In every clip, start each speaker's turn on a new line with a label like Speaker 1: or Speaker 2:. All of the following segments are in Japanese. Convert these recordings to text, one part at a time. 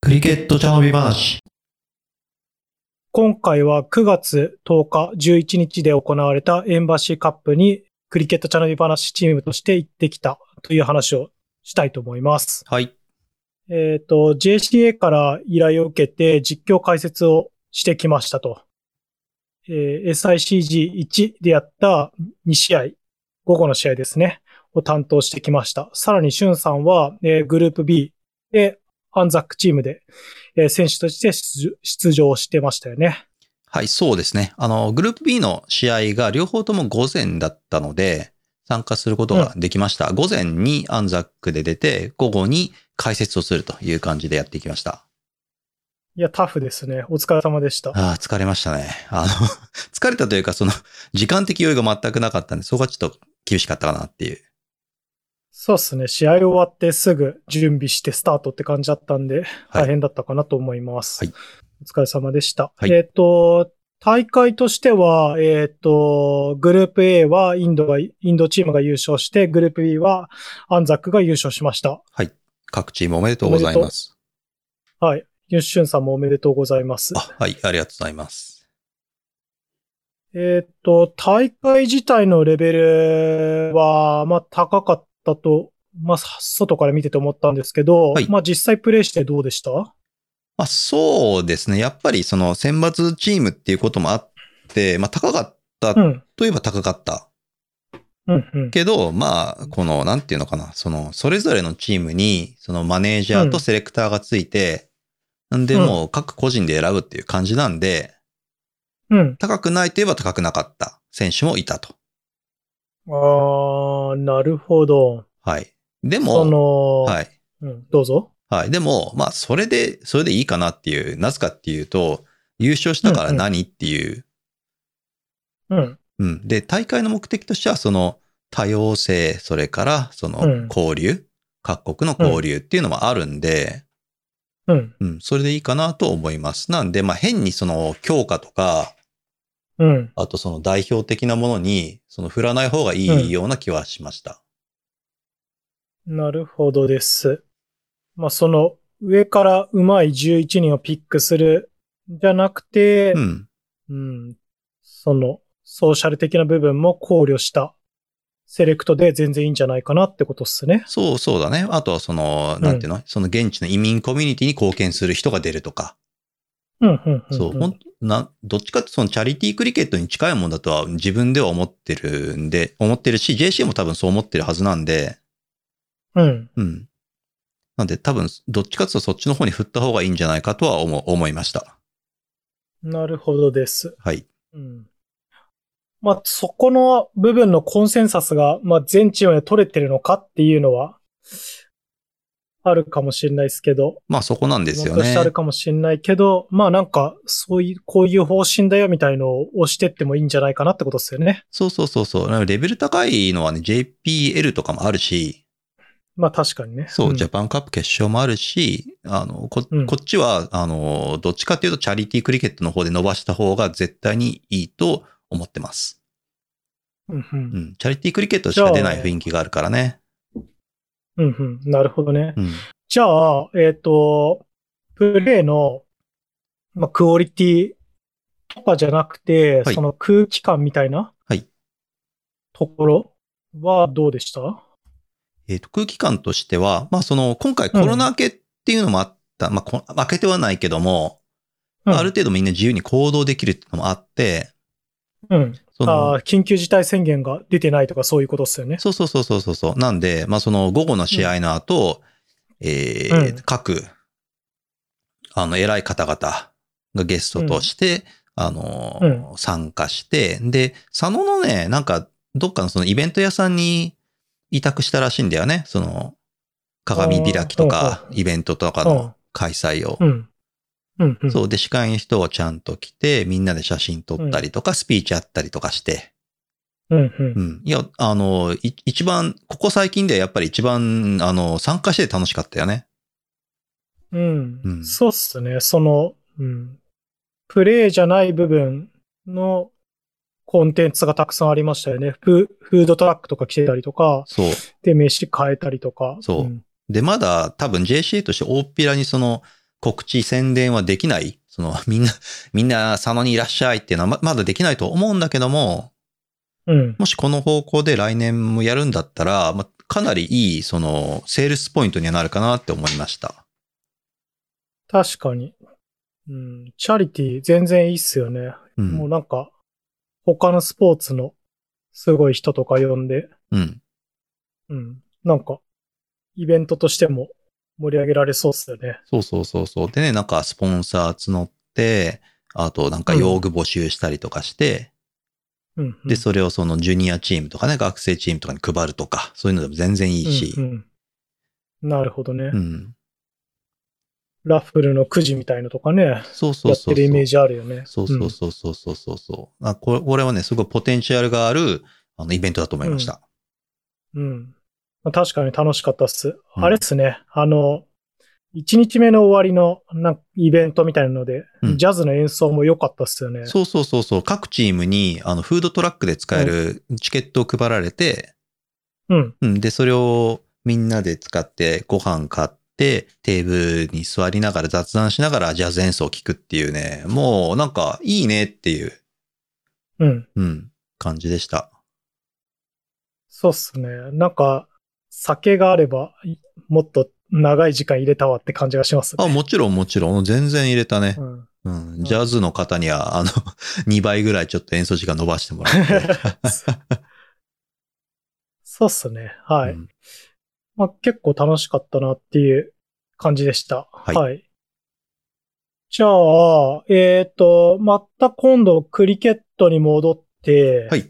Speaker 1: クリケット茶飲み話。
Speaker 2: 今回は9月10日、11日で行われたエンバシーカップにクリケット茶飲み話チームとして行ってきたという話をしたいと思います。
Speaker 1: はい。
Speaker 2: えっ、と、JCA から依頼を受けて実況解説をしてきましたと。えー SICG1 でやった2試合、午後の試合ですね、を担当してきました。さらに、シュンさんは、えーグループ B で、アンザックチームで、えー選手として出出場してましたよね。
Speaker 1: はい、そうですね。あの、グループ B の試合が両方とも午前だったので、参加することができました。午前にアンザックで出て、午後に解説をするという感じでやっていきました。
Speaker 2: いや、タフですね。お疲れ様でした。
Speaker 1: ああ、疲れましたね。あの、 疲れたというか、その、時間的余裕が全くなかったんで、そこがちょっと厳しかったかなっていう。
Speaker 2: そうですね。試合終わってすぐ準備してスタートって感じだったんで、
Speaker 1: はい
Speaker 2: 大変だったかなと思います。
Speaker 1: はい
Speaker 2: お疲れ様でした。
Speaker 1: はい
Speaker 2: えっ、と、大会としては、えっ、と、グループ A はインドが、インドチームが優勝して、グループ B はアンザックが優勝しました。
Speaker 1: 各チームおめでとうございます。
Speaker 2: はい。ユンシュンさんもおめでとうございます。
Speaker 1: あ、はい、ありがとうございます。
Speaker 2: えっ、と、大会自体のレベルは、まあ、高かったと、まあ、外から見てて思ったんですけど、
Speaker 1: はい
Speaker 2: まあ、実際プレイしてどうでした
Speaker 1: まあ、そうですね。やっぱり、その、選抜チームっていうこともあって、まあ、高かった
Speaker 2: う
Speaker 1: と
Speaker 2: ん。
Speaker 1: いえば高かった。
Speaker 2: うん、うん。
Speaker 1: けど、まあ、この、なんていうのかな、その、それぞれのチームに、その、マネージャーとセレクターがついて、なんで、もう、各個人で選ぶっていう感じなんで、
Speaker 2: うん。
Speaker 1: 高くないといえば高くなかった選手もいたと。
Speaker 2: ああ、なるほど。
Speaker 1: はい。で
Speaker 2: そ
Speaker 1: も、
Speaker 2: の、
Speaker 1: はい。
Speaker 2: うん、どうぞ。
Speaker 1: はい。でも、まあ、それで、それでいいかなっていう、なぜかっていうと、優勝したから何っていう、
Speaker 2: うん、
Speaker 1: うん、で、大会の目的としては、その、多様性、それから、その
Speaker 2: うん、
Speaker 1: 交流、各国の交流っていうのもあるんで、
Speaker 2: うん、
Speaker 1: うん、それでいいかなと思います。なんで、まあ、変にその、強化とか、
Speaker 2: うん。
Speaker 1: あとその代表的なものに、その、振らない方がいいような気はしました。
Speaker 2: なるほどです。まあ、その、上からうまい11人をピックする、じゃなくて、
Speaker 1: うん
Speaker 2: うん、その、ソーシャル的な部分も考慮した、セレクトで全然いいんじゃないかなってことっすね。
Speaker 1: そうそうだね。あとはその、
Speaker 2: ん
Speaker 1: なんていうの、その現地の移民コミュニティに貢献する人が出るとか。
Speaker 2: うん、うん、うん。
Speaker 1: そう、ほんな、どっちかってそのチャリティークリケットに近いもんだとは自分では思ってるんで、思ってるし、JC も多分そう思ってるはずなんで、
Speaker 2: うん。
Speaker 1: うん。なんで多分、どっちかっていうとそっちの方に振った方がいいんじゃないかとは思う、思いました。
Speaker 2: なるほどです。
Speaker 1: はい。
Speaker 2: うんまあ、そこの部分のコンセンサスが、まあ、全チームで取れてるのかっていうのは、あるかもしれないですけど、
Speaker 1: まあそこなんですよ
Speaker 2: もしかし
Speaker 1: ね
Speaker 2: てあ。るかもしれないけど、まあなんか、そういう、こういう方針だよみたいのを押してってもいいんじゃないかなってことですよね。
Speaker 1: そうそうそうそう。レベル高いのはね、JPL とかもあるし、
Speaker 2: まあ確かにね。
Speaker 1: そう、
Speaker 2: ん
Speaker 1: ジャパンカップ決勝もあるし、あの、こ
Speaker 2: うん
Speaker 1: こっちは、あの、どっちかっていうとチャリティークリケットの方で伸ばした方が絶対にいいと思ってます。
Speaker 2: うん
Speaker 1: う
Speaker 2: うん。
Speaker 1: ん。チャリティークリケットしか出ない雰囲気があるからね。
Speaker 2: うんうん。なるほどね。
Speaker 1: うん。
Speaker 2: じゃあ、えっ、と、プレイの、まあ、クオリティとかじゃなくて、
Speaker 1: はい
Speaker 2: その空気感みたいな、
Speaker 1: はい
Speaker 2: ところはどうでした
Speaker 1: えっ、と、空気感としては、まあ、その、今回コロナ明けっていうのもあった、まあこ、明けてはないけども、ある、程度みんな自由に行動できるっていうのもあって、
Speaker 2: うんうん、
Speaker 1: その
Speaker 2: あ、ー緊急事態宣言が出てないとかそういうことですよね。
Speaker 1: そうそうそうそうそうそう。なんで、まあ、その午後の試合の後、えー
Speaker 2: うん
Speaker 1: 各、あの、偉い方々がゲストとして、あのー参加して、で、佐野のね、なんか、どっかのそのイベント屋さんに委託したらしいんだよね。その、鏡開きとか、イベントとかの開催を
Speaker 2: う。ん。うん、うん。
Speaker 1: そう。で、司会の人をちゃんと来て、みんなで写真撮ったりとか、スピーチあったりとかして。
Speaker 2: うん、う。
Speaker 1: うんん。いや、あの、い一番、ここ最近ではやっぱり一番、あの、参加してて楽しかったよね。
Speaker 2: うん。
Speaker 1: うん
Speaker 2: そうっすね。その、うん。プレイじゃない部分のコンテンツがたくさんありましたよね。フフードトラックとか来てたりとか、
Speaker 1: そう。
Speaker 2: で、飯変えたりとか。
Speaker 1: そうんで、まだ多分 JCA として大っぴらにその告知宣伝はできない。その みんな、みんな佐野にいらっしゃいっていうのはままだできないと思うんだけども、
Speaker 2: うん。
Speaker 1: もしこの方向で来年もやるんだったら、まあ、かなりいい、その、セールスポイントにはなるかなって思いました。
Speaker 2: 確かに。うん。チャリティー全然いいっすよね。
Speaker 1: うん。
Speaker 2: もうなんか、他のスポーツのすごい人とか呼んで、
Speaker 1: うん。
Speaker 2: うん。なんか、イベントとしても盛り上げられそうっすよね。
Speaker 1: そうそうそうそう。でね、なんかスポンサー募って、あとなんか用具募集したりとかして、
Speaker 2: うん、うん。
Speaker 1: で、それをそのジュニアチームとかね、学生チームとかに配るとか、そういうのでも全然いいし。
Speaker 2: うんうんなるほどね、
Speaker 1: うん。
Speaker 2: ラッフルのくじみたいのとかね、
Speaker 1: そうそうそうそう。
Speaker 2: やってるイメージあるよね。
Speaker 1: そうそうそうそうそうそうそう、あこれ。これはね、すごいポテンシャルがあるあのイベントだと思いました。
Speaker 2: うん。うんまあ確かに楽しかったっす。
Speaker 1: うん
Speaker 2: あれっすね、あの、1日目の終わりのなんかイベントみたいなので、
Speaker 1: うん
Speaker 2: ジャズの演奏も良かったっすよね。
Speaker 1: そうそうそうそう。各チームにあのフードトラックで使えるチケットを配られて、
Speaker 2: うん。
Speaker 1: うん、で、それをみんなで使ってご飯買って、テーブルに座りながら雑談しながらジャズ演奏を聴くっていうね、もうなんかいいねっていう、
Speaker 2: うん。
Speaker 1: うん、感じでした。
Speaker 2: そうっすね。なんか、酒があれば、いもっと長い時間入れたわって感じがしますね。
Speaker 1: あ、もちろんもちろん。全然入れたね
Speaker 2: う。ん。
Speaker 1: うん、ジャズの方には、あの、2倍 ぐらいちょっと演奏時間伸ばしてもらって。
Speaker 2: そうっすね。 はい。
Speaker 1: うん
Speaker 2: まあ、結構楽しかったなっていう感じでした。
Speaker 1: は
Speaker 2: はいい。じゃあ、えっ、と、また今度クリケットに戻って、
Speaker 1: はい。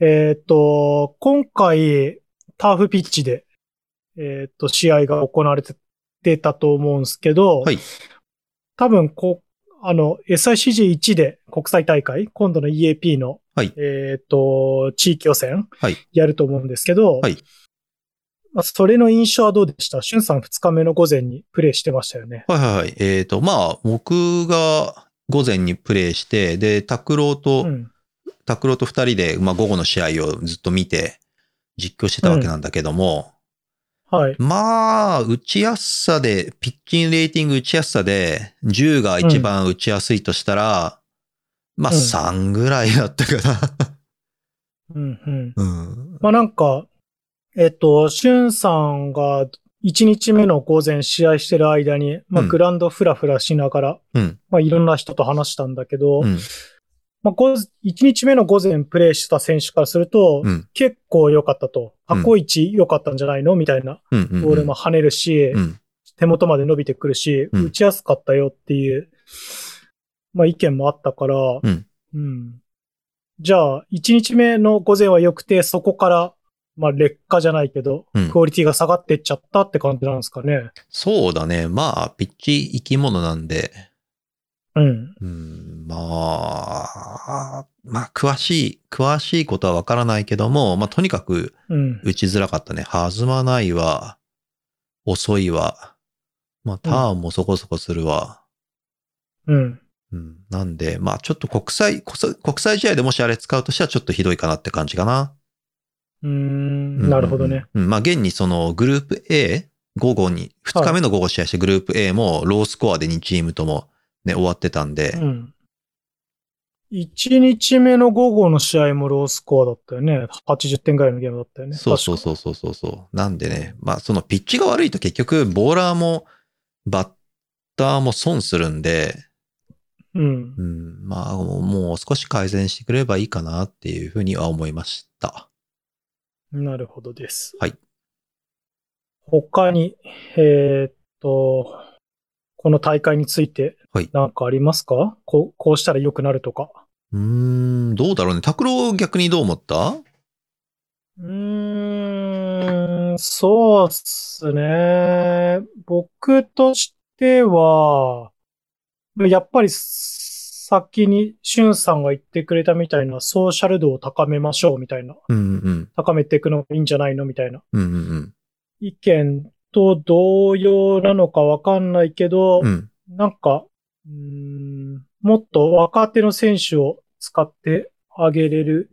Speaker 2: えっ、と、今回、ターフピッチで、えっ、と、試合が行われててたと思うんですけど、
Speaker 1: はい
Speaker 2: 多分、こう、あの、SICG1 で国際大会、今度の EAP の、
Speaker 1: はい
Speaker 2: えっ、と、地域予選、
Speaker 1: はい
Speaker 2: やると思うんですけど、
Speaker 1: はい
Speaker 2: まあ、それの印象はどうでしたしゅんさん2日目の午前にプレイしてましたよね。
Speaker 1: はいはいはい。えっ、と、まあ、僕が午前にプレイして、で、拓郎と、
Speaker 2: うん。
Speaker 1: 拓郎と二人で、まあ、午後の試合をずっと見て、実況してたわけなんだけども、
Speaker 2: はい。
Speaker 1: まあ、打ちやすさで、ピッチンレーティング打ちやすさで、10が一番打ちやすいとしたら、まあ、
Speaker 2: う
Speaker 1: 3
Speaker 2: ん
Speaker 1: ぐらいだったか
Speaker 2: うん、う
Speaker 1: な。
Speaker 2: ん。
Speaker 1: うん。
Speaker 2: まあ、なんか、えっと、しゅんさんが1日目の午前試合してる間に、まあ、
Speaker 1: うん
Speaker 2: グラウンドフラフラしながら、
Speaker 1: うん
Speaker 2: まあ、いろんな人と話したんだけど、
Speaker 1: うん。
Speaker 2: まあ、午1日目の午前プレイした選手からすると、
Speaker 1: うん
Speaker 2: 結構良かったと。
Speaker 1: うん
Speaker 2: 過去一良かったんじゃないのみたいな。
Speaker 1: うん。うん。
Speaker 2: ボールも跳ねるし、
Speaker 1: うん。
Speaker 2: 手元まで伸びてくるし、
Speaker 1: うん
Speaker 2: 打ちやすかったよっていう、まあ意見もあったから、
Speaker 1: ん
Speaker 2: うんじゃあ、1日目の午前は良くて、そこから、まあ劣化じゃないけど、
Speaker 1: うん
Speaker 2: クオリティが下がってっちゃったって感じなんですかね。
Speaker 1: そうだね。まあ、ピッチ生き物なんで、
Speaker 2: うん。
Speaker 1: うん、まあ、まあ、詳しい、詳しいことはわからないけども、まあ、とにかく
Speaker 2: うん。
Speaker 1: 打ちづらかったね。弾まないわ。遅いわ。まあ、ターンもそこそこするわ。
Speaker 2: うん。
Speaker 1: うん。なんで、まあ、ちょっと国際、国際国際試合でもしあれ使うとしたらちょっとひどいかなって感じかな。
Speaker 2: うーん。なるほどね。
Speaker 1: うん。うん。まあ、現にそのグループ A、午後に、2日目の午後試合してグループ A もロースコアで2チームともね、終わってたんで、
Speaker 2: うん。1日目の午後の試合もロースコアだったよね。80点ぐらいのゲームだったよね。
Speaker 1: そうそう
Speaker 2: 確か
Speaker 1: そうそうそうそう。なんでね、まあそのピッチが悪いと結局ボーラーもバッターも損するんで、
Speaker 2: うん
Speaker 1: う。ん、まあもう少し改善してくれればいいかなっていうふうには思いました。
Speaker 2: なるほどです。
Speaker 1: はい。
Speaker 2: 他に、えーっと、この大会について
Speaker 1: はい、
Speaker 2: なんかありますか、こう、こうしたら良くなるとか。
Speaker 1: うーん、どうだろうね。拓郎逆にどう思った
Speaker 2: うーん、そうっすね。僕としては、やっぱり先にしゅんさんが言ってくれたみたいなソーシャル度を高めましょうみたいな、
Speaker 1: うんうん。
Speaker 2: 高めていくのがいいんじゃないのみたいな。
Speaker 1: うんうん
Speaker 2: 意見と同様なのかわかんないけど、
Speaker 1: うん。うん。
Speaker 2: なんか、うーんもっと若手の選手を使って上げれる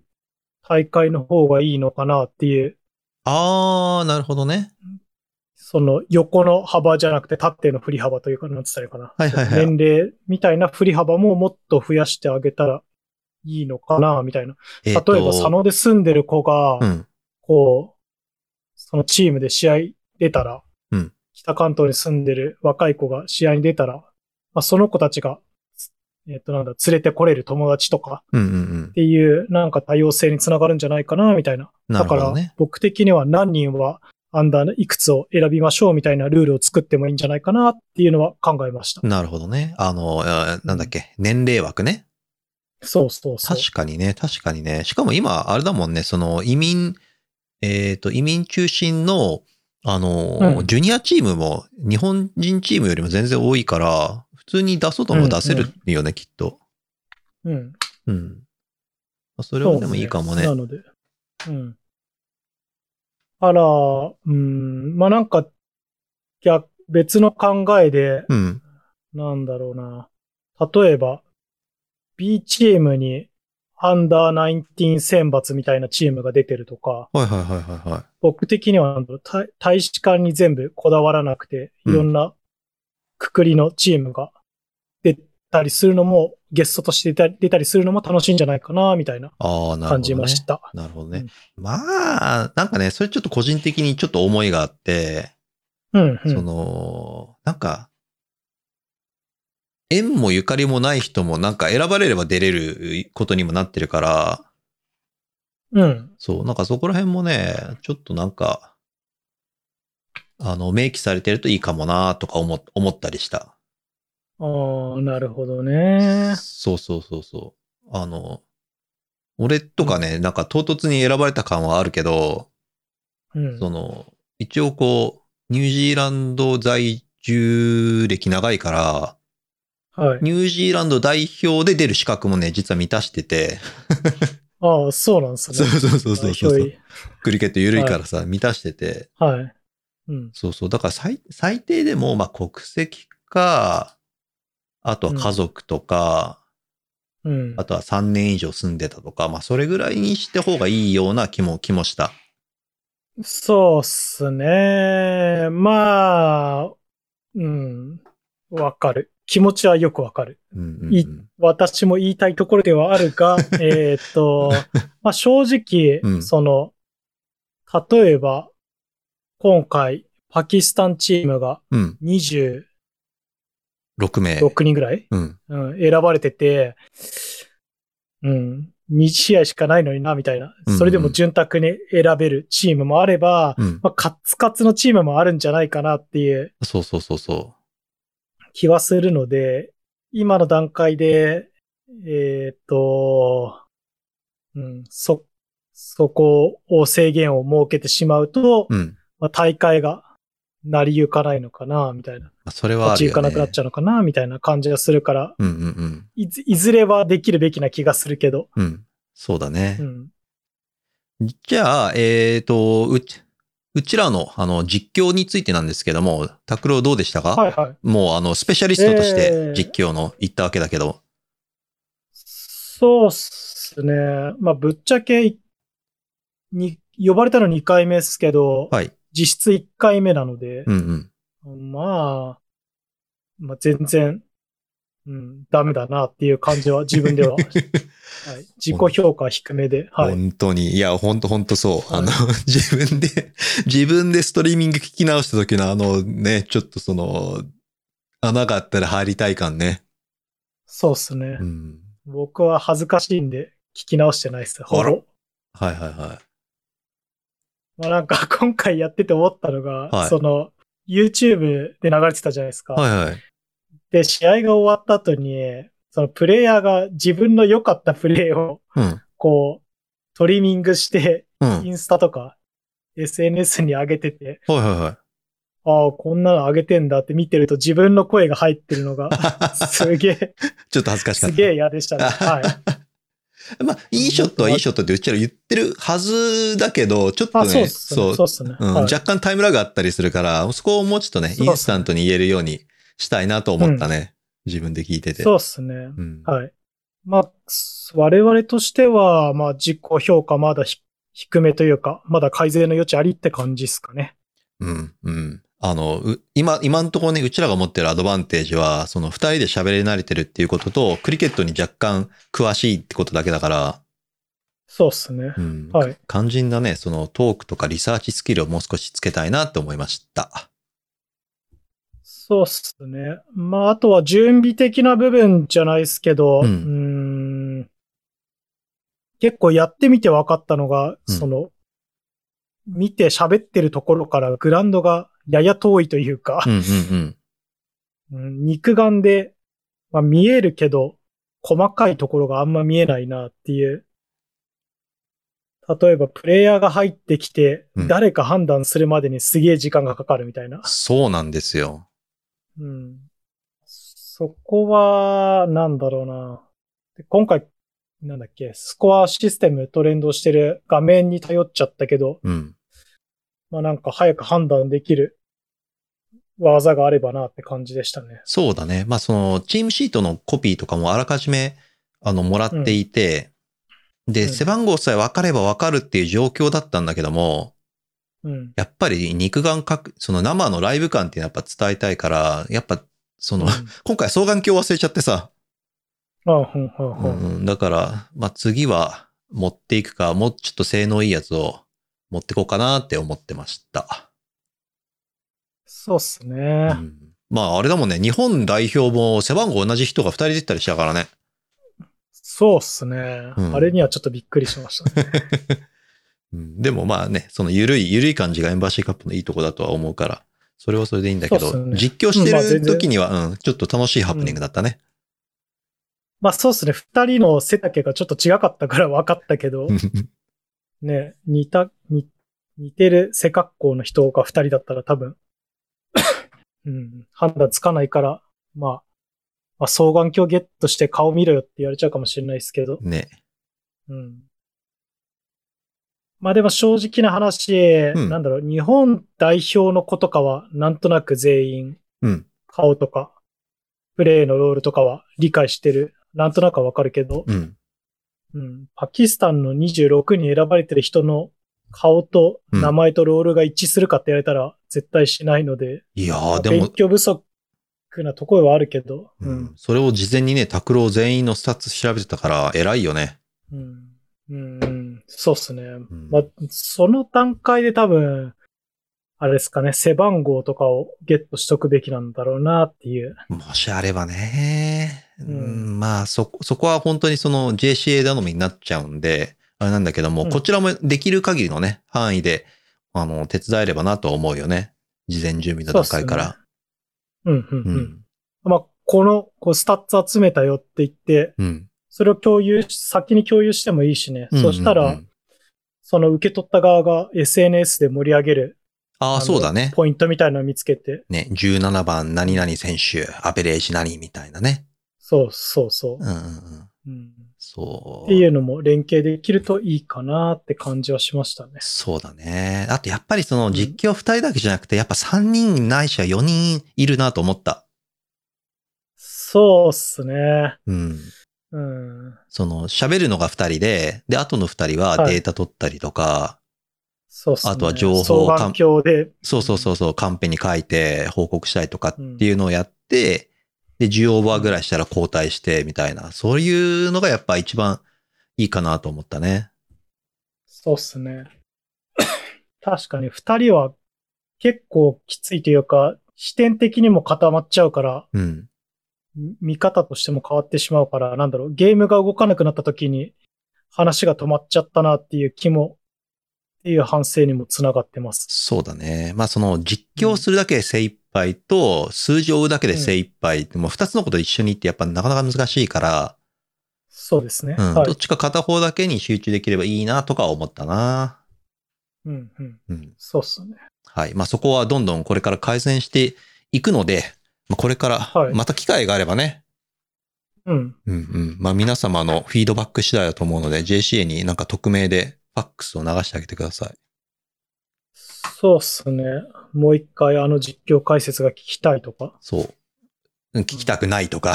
Speaker 2: 大会の方がいいのかなっていう、
Speaker 1: あー、なるほどね。
Speaker 2: その横の幅じゃなくて縦の振り幅というか、なんつったらいいかな。
Speaker 1: はいはいはい
Speaker 2: 年齢みたいな振り幅ももっと増やしてあげたらいいのかな、みたいな。
Speaker 1: え
Speaker 2: 例え
Speaker 1: ーと
Speaker 2: ば佐野で住んでる子が、
Speaker 1: うん。
Speaker 2: こう、そのチームで試合出たら、
Speaker 1: うん
Speaker 2: 北関東に住んでる若い子が試合に出たら、まあ、その子たちが、えっ、となんだ、連れてこれる友達とか
Speaker 1: うんうんうん
Speaker 2: っ。ていう、なんか多様性につながるんじゃないかな、みたいな。
Speaker 1: なるほ
Speaker 2: だ
Speaker 1: ど
Speaker 2: か
Speaker 1: ね
Speaker 2: ら。、僕的には何人はアンダーいくつを選びましょうみたいなルールを作ってもいいんじゃないかなっていうのは考えました。
Speaker 1: なるほどね。あの、あなんだっけ、年齢枠ね。
Speaker 2: そうそうそう。
Speaker 1: 確かにね、確かにね。しかも今、あれだもんね、その移民、えっ、と、移民中心の、あの、
Speaker 2: うん
Speaker 1: ジュニアチームも日本人チームよりも全然多いから、普通に出そうとも出せるよね、きっと。
Speaker 2: うん。
Speaker 1: うん。そ
Speaker 2: そ
Speaker 1: れはでもいいかもね。
Speaker 2: うですなので。うん。あら、うん、まあ、なんか、逆、別の考えで、
Speaker 1: うん。
Speaker 2: なんだろうな。例えば、B チームに、アンダー19選抜みたいなチームが出てるとか、
Speaker 1: はいはいはいはいはい。
Speaker 2: 僕的にはなんだろう大大使館に全部こだわらなくて、
Speaker 1: うん
Speaker 2: いろんなくくりのチームが出たりするのも、ゲストとして出た出たりするのも楽しいんじゃないかな、みたいな
Speaker 1: ああ、なるほど、ね。
Speaker 2: 感じました。
Speaker 1: なるほどね。まあ、なんかね、それちょっと個人的にちょっと思いがあって、
Speaker 2: うん、う
Speaker 1: そ
Speaker 2: ん。
Speaker 1: の、なんか、縁もゆかりもない人もなんか選ばれれば出れることにもなってるから、
Speaker 2: うん。
Speaker 1: そう、なんかそこら辺もね、ちょっとなんか、あの、明記されてるといいかもなとか思思ったりした。
Speaker 2: ああ、なるほどね。
Speaker 1: そうそうそうそう。あの、俺とかね、なんか唐突に選ばれた感はあるけど、
Speaker 2: うん。
Speaker 1: その、一応こう、ニュージーランド在住歴長いから、
Speaker 2: はい。
Speaker 1: ニュージーランド代表で出る資格もね、実は満たしてて、
Speaker 2: ああ、そうなんです ね。
Speaker 1: そうそうそうそうそう
Speaker 2: あ
Speaker 1: そう
Speaker 2: ひ、
Speaker 1: クリケット緩いからさ、満たしてて、
Speaker 2: ょいはい。うん。
Speaker 1: そうそう、だから最最低でも、まあ国籍か、あとは家族とか、
Speaker 2: うん。
Speaker 1: あとは3年以上住んでたとか、まあそれぐらいにした方がいいような気も、気もした。
Speaker 2: そうっすね。まあ、うん。わかる。気持ちはよくわかる。
Speaker 1: うんうんうん
Speaker 2: い私も言いたいところではあ るが、えーっと、まあ正直、
Speaker 1: うん
Speaker 2: その、例えば、今回、パキスタンチームが
Speaker 1: うん、
Speaker 2: 26
Speaker 1: 6名。
Speaker 2: 人ぐらい、
Speaker 1: うん。
Speaker 2: うん、選ばれてて、うん、2試合しかないのにな、みたいな
Speaker 1: うんう。ん
Speaker 2: それでも潤沢に選べるチームもあれば、
Speaker 1: うん。
Speaker 2: まあ、カッツカツのチームもあるんじゃないかなっていう
Speaker 1: そうそうそうそ
Speaker 2: 気はするので、今の段階で、えーっと、うん、そ、そこを制限を設けてしまうと、
Speaker 1: う。うん。
Speaker 2: まあ、大会が成り行かないのかな、みたいな。
Speaker 1: まあそれはあ
Speaker 2: 立
Speaker 1: る
Speaker 2: ち
Speaker 1: よ、ね。
Speaker 2: 行かなくなっちゃうのかな、みたいな感じがするから、
Speaker 1: うんうんうん。
Speaker 2: いずいずれはできるべきな気がするけど、
Speaker 1: うん。そうだね。
Speaker 2: うん。
Speaker 1: じゃあ、えっ、と、うち、うちらの、あの、実況についてなんですけども、拓郎どうでしたか、
Speaker 2: はいはい。
Speaker 1: もう、あの、スペシャリストとし
Speaker 2: え
Speaker 1: て
Speaker 2: ー
Speaker 1: 実況の行ったわけだけど。
Speaker 2: そうっすね。まあ、ぶっちゃけい、に、呼ばれたの2回目ですけど、
Speaker 1: はい。
Speaker 2: 実質1回目なので、
Speaker 1: うんうん。
Speaker 2: まあ、まあ、全然、うん、ダメだなっていう感じは自分 では、はい、自己評価低めで、 はい。
Speaker 1: 本当に。いや、本当本当そう。
Speaker 2: は
Speaker 1: あ
Speaker 2: い
Speaker 1: の、 自分で、自分でストリーミング聞き直した時のあのね、ちょっとその、穴があったら入りたい感ね。
Speaker 2: そうっすね
Speaker 1: う。ん。
Speaker 2: 僕は恥ずかしいんで聞き直してないっす。ほ
Speaker 1: あら
Speaker 2: ぼ。
Speaker 1: はいはいはい。
Speaker 2: まあなんか今回やってて思ったのが、
Speaker 1: はい
Speaker 2: その、YouTube で流れてたじゃないですか。
Speaker 1: はいはい。
Speaker 2: で、試合が終わった後に、そのプレイヤーが自分の良かったプレイを、
Speaker 1: うん。
Speaker 2: こう、トリミングして、
Speaker 1: うん。
Speaker 2: インスタとか、SNS に上げてて、
Speaker 1: はいはいはい。
Speaker 2: ああ、こんなの上げてんだって見てると自分の声が入ってるの が、すげえ、
Speaker 1: ちょっと恥ずかしかった。
Speaker 2: すげえ嫌でしたね。はい。
Speaker 1: まあ、いいショットはいいショットってうちら言ってるはずだけど、ちょっと
Speaker 2: あ、
Speaker 1: ね、
Speaker 2: そうっすね。そうっすね。
Speaker 1: うん
Speaker 2: はい
Speaker 1: 若干タイムラグあったりするから、そこをもうちょっとね、
Speaker 2: そう
Speaker 1: イ
Speaker 2: っすね
Speaker 1: ンスタントに言えるようにしたいなと思ったね。自分で聞いてて。
Speaker 2: そうっすね。
Speaker 1: うん。
Speaker 2: はい。まあ、我々としては、まあ、実行評価まだひ低めというか、まだ改善の余地ありって感じですかね。
Speaker 1: うん、うん。あの、う今、今のところね、うちらが持ってるアドバンテージは、その二人で喋れ慣れてるっていうことと、クリケットに若干詳しいってことだけだから、
Speaker 2: そうっすね。
Speaker 1: うん。
Speaker 2: はい。
Speaker 1: 肝心なね、そのトークとかリサーチスキルをもう少しつけたいなって思いました。
Speaker 2: そうっすね。まあ、あとは準備的な部分じゃないですけど、
Speaker 1: う
Speaker 2: うんーん、結構やってみて分かったのが、
Speaker 1: うん
Speaker 2: その、見て喋ってるところからグラウンドがやや遠いというか
Speaker 1: う、んうんうん。
Speaker 2: うん肉眼で、まあ、見えるけど、細かいところがあんま見えないなっていう。例えば、プレイヤーが入ってきて、
Speaker 1: うん
Speaker 2: 誰か判断するまでにすげえ時間がかかるみたいな。
Speaker 1: そうなんですよ。
Speaker 2: うん。そこは、なんだろうな。で今回、なんだっけ、スコアシステムと連動してる画面に頼っちゃったけど、
Speaker 1: うん。
Speaker 2: まあなんか早く判断できる技があればなって感じでしたね。
Speaker 1: そうだね。まあ、その、チームシートのコピーとかもあらかじめ、あの、もらっていて、で、
Speaker 2: うん
Speaker 1: 背番号さえ分かれば分かるっていう状況だったんだけども、
Speaker 2: うん。
Speaker 1: やっぱり肉眼かく、その生のライブ感っていうのはやっぱ伝えたいから、やっぱ、その、
Speaker 2: うん
Speaker 1: 今回双眼鏡忘れちゃってさ、
Speaker 2: あ、うん、うん、
Speaker 1: う
Speaker 2: うん
Speaker 1: ん。うんだから、まあ、次は持っていくか、もうちょっと性能いいやつを持ってこうかなって思ってました。
Speaker 2: そうっす
Speaker 1: う
Speaker 2: ね。
Speaker 1: んまあ、あれだもんね、日本代表も背番号同じ人が2人出てたりしたからね。
Speaker 2: そうっすね、
Speaker 1: うん
Speaker 2: あれにはちょっとびっくりしましたね。
Speaker 1: うんでもまあね、そのゆるい、ゆるい感じがエンバーシーカップのいいとこだとは思うから、それはそれでいいんだけ
Speaker 2: そうっす
Speaker 1: ど、
Speaker 2: ね
Speaker 1: 実況して
Speaker 2: うんまあ全
Speaker 1: る
Speaker 2: 然
Speaker 1: 時には、うん、ちょっと楽しいハプニングだったね。
Speaker 2: まあそうっすね。二人の背丈がちょっと違かったから分かったけど、ね、似た、似似てる背格好の人が二人だったら多分、 うん、判断つかないから、まあ、まあ、双眼鏡ゲットして顔見ろよって言われちゃうかもしれないですけど、
Speaker 1: ね。
Speaker 2: うん。まあでも正直な話、
Speaker 1: うん
Speaker 2: なんだろう、日本代表の子とかはなんとなく全員
Speaker 1: うん。
Speaker 2: 顔とか、プレイのロールとかは理解してる。なんとなくはわかるけど、
Speaker 1: うん。
Speaker 2: うん、パキスタンの26に選ばれてる人の顔と
Speaker 1: うん
Speaker 2: 名前とロールが一致するかって言われたら絶対しないので、
Speaker 1: いやー、で
Speaker 2: 勉
Speaker 1: も、
Speaker 2: 強不足なところはあるけど、
Speaker 1: う
Speaker 2: うんん、
Speaker 1: それを事前にね、拓郎全員のスタッツ調べてたから、偉いよね。
Speaker 2: うん、うん、うんそうっすね。
Speaker 1: ん
Speaker 2: まあ、その段階で多分、あれですかね、背番号とかをゲットしとくべきなんだろうなっていう。
Speaker 1: もしあればね、うん
Speaker 2: ん
Speaker 1: まあ、そこ、そこは本当にその JCA 頼みになっちゃうんで、あれなんだけども、
Speaker 2: うん
Speaker 1: こちらもできる限りのね、範囲で、あの、手伝えればなとは思うよね。事前準備の段階から。
Speaker 2: うん、うん、
Speaker 1: う
Speaker 2: うん。
Speaker 1: ん。
Speaker 2: まあ、この、こう、スタッツ集めたよって言って、
Speaker 1: うん。
Speaker 2: それを共有し、先に共有してもいいしね。
Speaker 1: うん
Speaker 2: そした
Speaker 1: うんう
Speaker 2: ら
Speaker 1: ん、
Speaker 2: その受け取った側が SNS で盛り上げる、
Speaker 1: ああ、
Speaker 2: の
Speaker 1: そうだね。
Speaker 2: ポイントみたいなのを見つけて、
Speaker 1: ね、17番何々選手、アベレージ何みたいなね。
Speaker 2: そうそうそ
Speaker 1: う。
Speaker 2: う
Speaker 1: んうんうん。
Speaker 2: うん
Speaker 1: そ
Speaker 2: っ
Speaker 1: う。
Speaker 2: ていうのも連携できるといいかなって感じはしましたね。
Speaker 1: そうだね。あとやっぱりその実況2人だけじゃなくて、やっぱ3人ないしは4人いるなと思った。
Speaker 2: そうっすね。
Speaker 1: うん。
Speaker 2: うん。
Speaker 1: その喋るのが2人で、で、後の2人は
Speaker 2: はい
Speaker 1: データ取ったりとか、
Speaker 2: そうっすね。
Speaker 1: あとは情報を
Speaker 2: 双眼鏡で。
Speaker 1: そうそうそうそう、カンペに書いて報告したりとかっていうのをやって、で、10オーバーぐらいしたら交代してみたいな、そういうのがやっぱ一番いいかなと思ったね。
Speaker 2: そうっすね。 確かに二人は結構きついというか、視点的にも固まっちゃうから、
Speaker 1: うん。
Speaker 2: 見方としても変わってしまうから、なんだろう、ゲームが動かなくなった時に話が止まっちゃったなっていう気も、っていう反省にもつながってます。
Speaker 1: そうだね。まあその実況するだけで精一杯と、数字を追うだけで精一杯って、もう二つのこと一緒にってやっぱなかなか難しいから、
Speaker 2: そうですね。
Speaker 1: うん、
Speaker 2: は
Speaker 1: どっ
Speaker 2: い。
Speaker 1: ちか片方だけに集中できればいいなとか思ったな。
Speaker 2: うんうん。
Speaker 1: うん。
Speaker 2: そうっすね。
Speaker 1: はい。まあそこはどんどんこれから改善していくので、まあ、これから
Speaker 2: はい
Speaker 1: また機会があればね、
Speaker 2: うん。
Speaker 1: うんうん。まあ皆様のフィードバック次第だと思うので、JCA になんか匿名でファックスを流してあげてください。
Speaker 2: そうっすね。もう一回あの実況解説が聞きたいとか。
Speaker 1: そう。うん聞きたくないとか。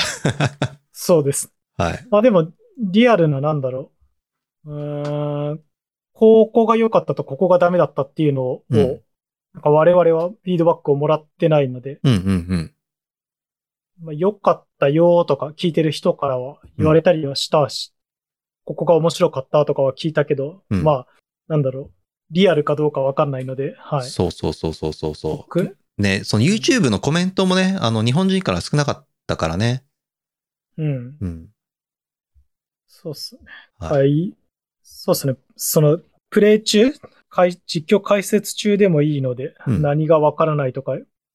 Speaker 2: そうです。
Speaker 1: はい。
Speaker 2: まあでも、リアルななんだろう。うーん、ここが良かったとここがダメだったっていうのを、
Speaker 1: うん
Speaker 2: なんか我々はフィードバックをもらってないので、
Speaker 1: うんうん
Speaker 2: まあ、良かったよとか聞いてる人からは言われたりはしたし、ここが面白かったとかは聞いたけど、
Speaker 1: うん
Speaker 2: まあ、なんだろう。リアルかどうかわかんないので、
Speaker 1: う
Speaker 2: は
Speaker 1: ん。
Speaker 2: い。
Speaker 1: そうそうそうそうそうそ
Speaker 2: 僕
Speaker 1: う。ね、その YouTube のコメントもね、あの、日本人から少なかったからね。
Speaker 2: うん。
Speaker 1: うん。
Speaker 2: そうっすね。
Speaker 1: はい
Speaker 2: はい。そうっすね。その、プレイ中、解実況解説中でもいいので、
Speaker 1: うん
Speaker 2: 何がわからないとか、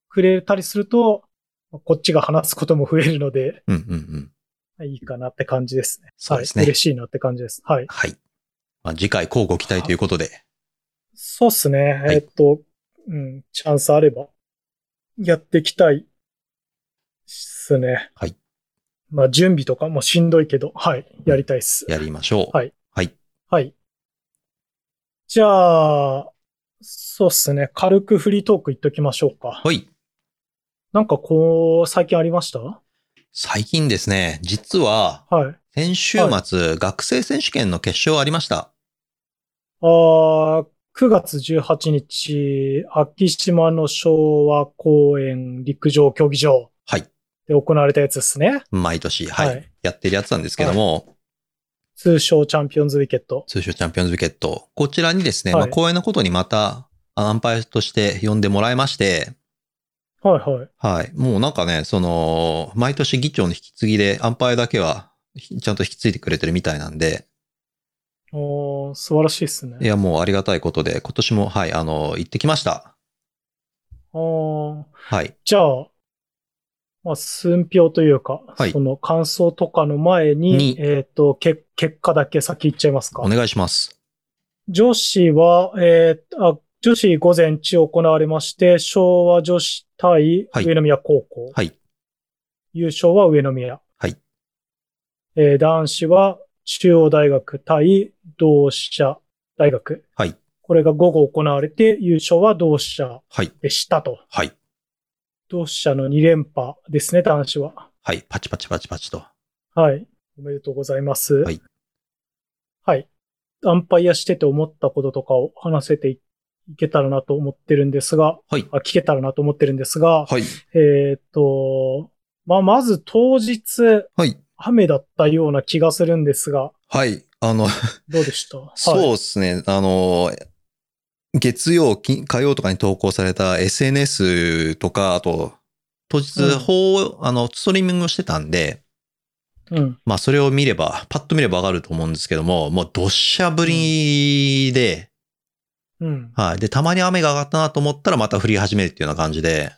Speaker 2: くれたりすると、こっちが話すことも増えるので、
Speaker 1: うんうんうん。
Speaker 2: いいかなって感じですね。
Speaker 1: そうですね
Speaker 2: はい。嬉しいなって感じです。はい。
Speaker 1: はい。まあ、次回、交互期待ということで。
Speaker 2: そうっすね。
Speaker 1: い
Speaker 2: えーっと、うん、チャンスあれば、やっていきたいっすね。
Speaker 1: はい。
Speaker 2: まあ、準備とかもしんどいけど、はい、やりたいっす。
Speaker 1: やりましょう。
Speaker 2: はい。
Speaker 1: はい。
Speaker 2: はい。じゃあ、そうっすね。軽くフリートークいっときましょうか。
Speaker 1: はい。
Speaker 2: なんかこう、最近ありましたは
Speaker 1: 最近ですね、実は、
Speaker 2: い。
Speaker 1: 先週末、学生選手権の決勝ありました。
Speaker 2: あー9月18日、秋島の昭和公園陸上競技場
Speaker 1: はい。
Speaker 2: で行われたやつですね。
Speaker 1: 毎年、はい、
Speaker 2: はい
Speaker 1: やってるやつなんですけども、
Speaker 2: 通称チャンピオンズウィケット。
Speaker 1: 通称チャンピオンズウィケット。こちらにですね、
Speaker 2: はい
Speaker 1: まあ、光栄なことにまた、あのアンパイアとして呼んでもらいまして、
Speaker 2: はいはい。
Speaker 1: はい。もうなんかね、その、毎年議長の引き継ぎで、アンパイアだけは、ひちゃんと引き継いでくれてるみたいなんで、
Speaker 2: おー素晴らしいです
Speaker 1: い
Speaker 2: ね。
Speaker 1: や、もうありがたいことで、今年も、はい、あの、行ってきました。
Speaker 2: あー
Speaker 1: はい。
Speaker 2: じゃあ、まあ、寸評というか、
Speaker 1: はい
Speaker 2: その感想とかの前に、
Speaker 1: に
Speaker 2: えっ、と、け、結果だけ先言っちゃいますか
Speaker 1: お。願いします。
Speaker 2: 女子は、えーあ、女子午前中行われまして、昭和女子対
Speaker 1: はい
Speaker 2: 上宮高校。
Speaker 1: はい
Speaker 2: 優勝は上宮。
Speaker 1: はい
Speaker 2: えー男子は中央大学対同志社大学。
Speaker 1: はい
Speaker 2: これが午後行われて、優勝は同志社
Speaker 1: はい。
Speaker 2: でしたと。
Speaker 1: はい。
Speaker 2: 同志社の2連覇ですね、男子は。
Speaker 1: はい。パチパチパチパチと。
Speaker 2: はい。おめでとうございます。
Speaker 1: はい。
Speaker 2: はい。アンパイアしてて思ったこととかを話せていけたらなと思ってるんですが、
Speaker 1: はい
Speaker 2: あ聞けたらなと思ってるんですが、
Speaker 1: はい。
Speaker 2: えーっと、まあ、まず当日、
Speaker 1: はい。
Speaker 2: 雨だったような気がするんですが、
Speaker 1: はい。あの、
Speaker 2: どうでした
Speaker 1: そう
Speaker 2: はい。
Speaker 1: ですね。あの、月曜、金火曜とかに投稿された SNS とか、あと、当日、
Speaker 2: うん
Speaker 1: 法、あの、ストリーミングをしてたんで、
Speaker 2: うん。
Speaker 1: まあ、それを見れば、パッと見ればわかると思うんですけども、もう、どっしゃぶりで、
Speaker 2: うん。
Speaker 1: はい。で、たまに雨が上がったなと思ったら、また降り始めるっていうような感じで、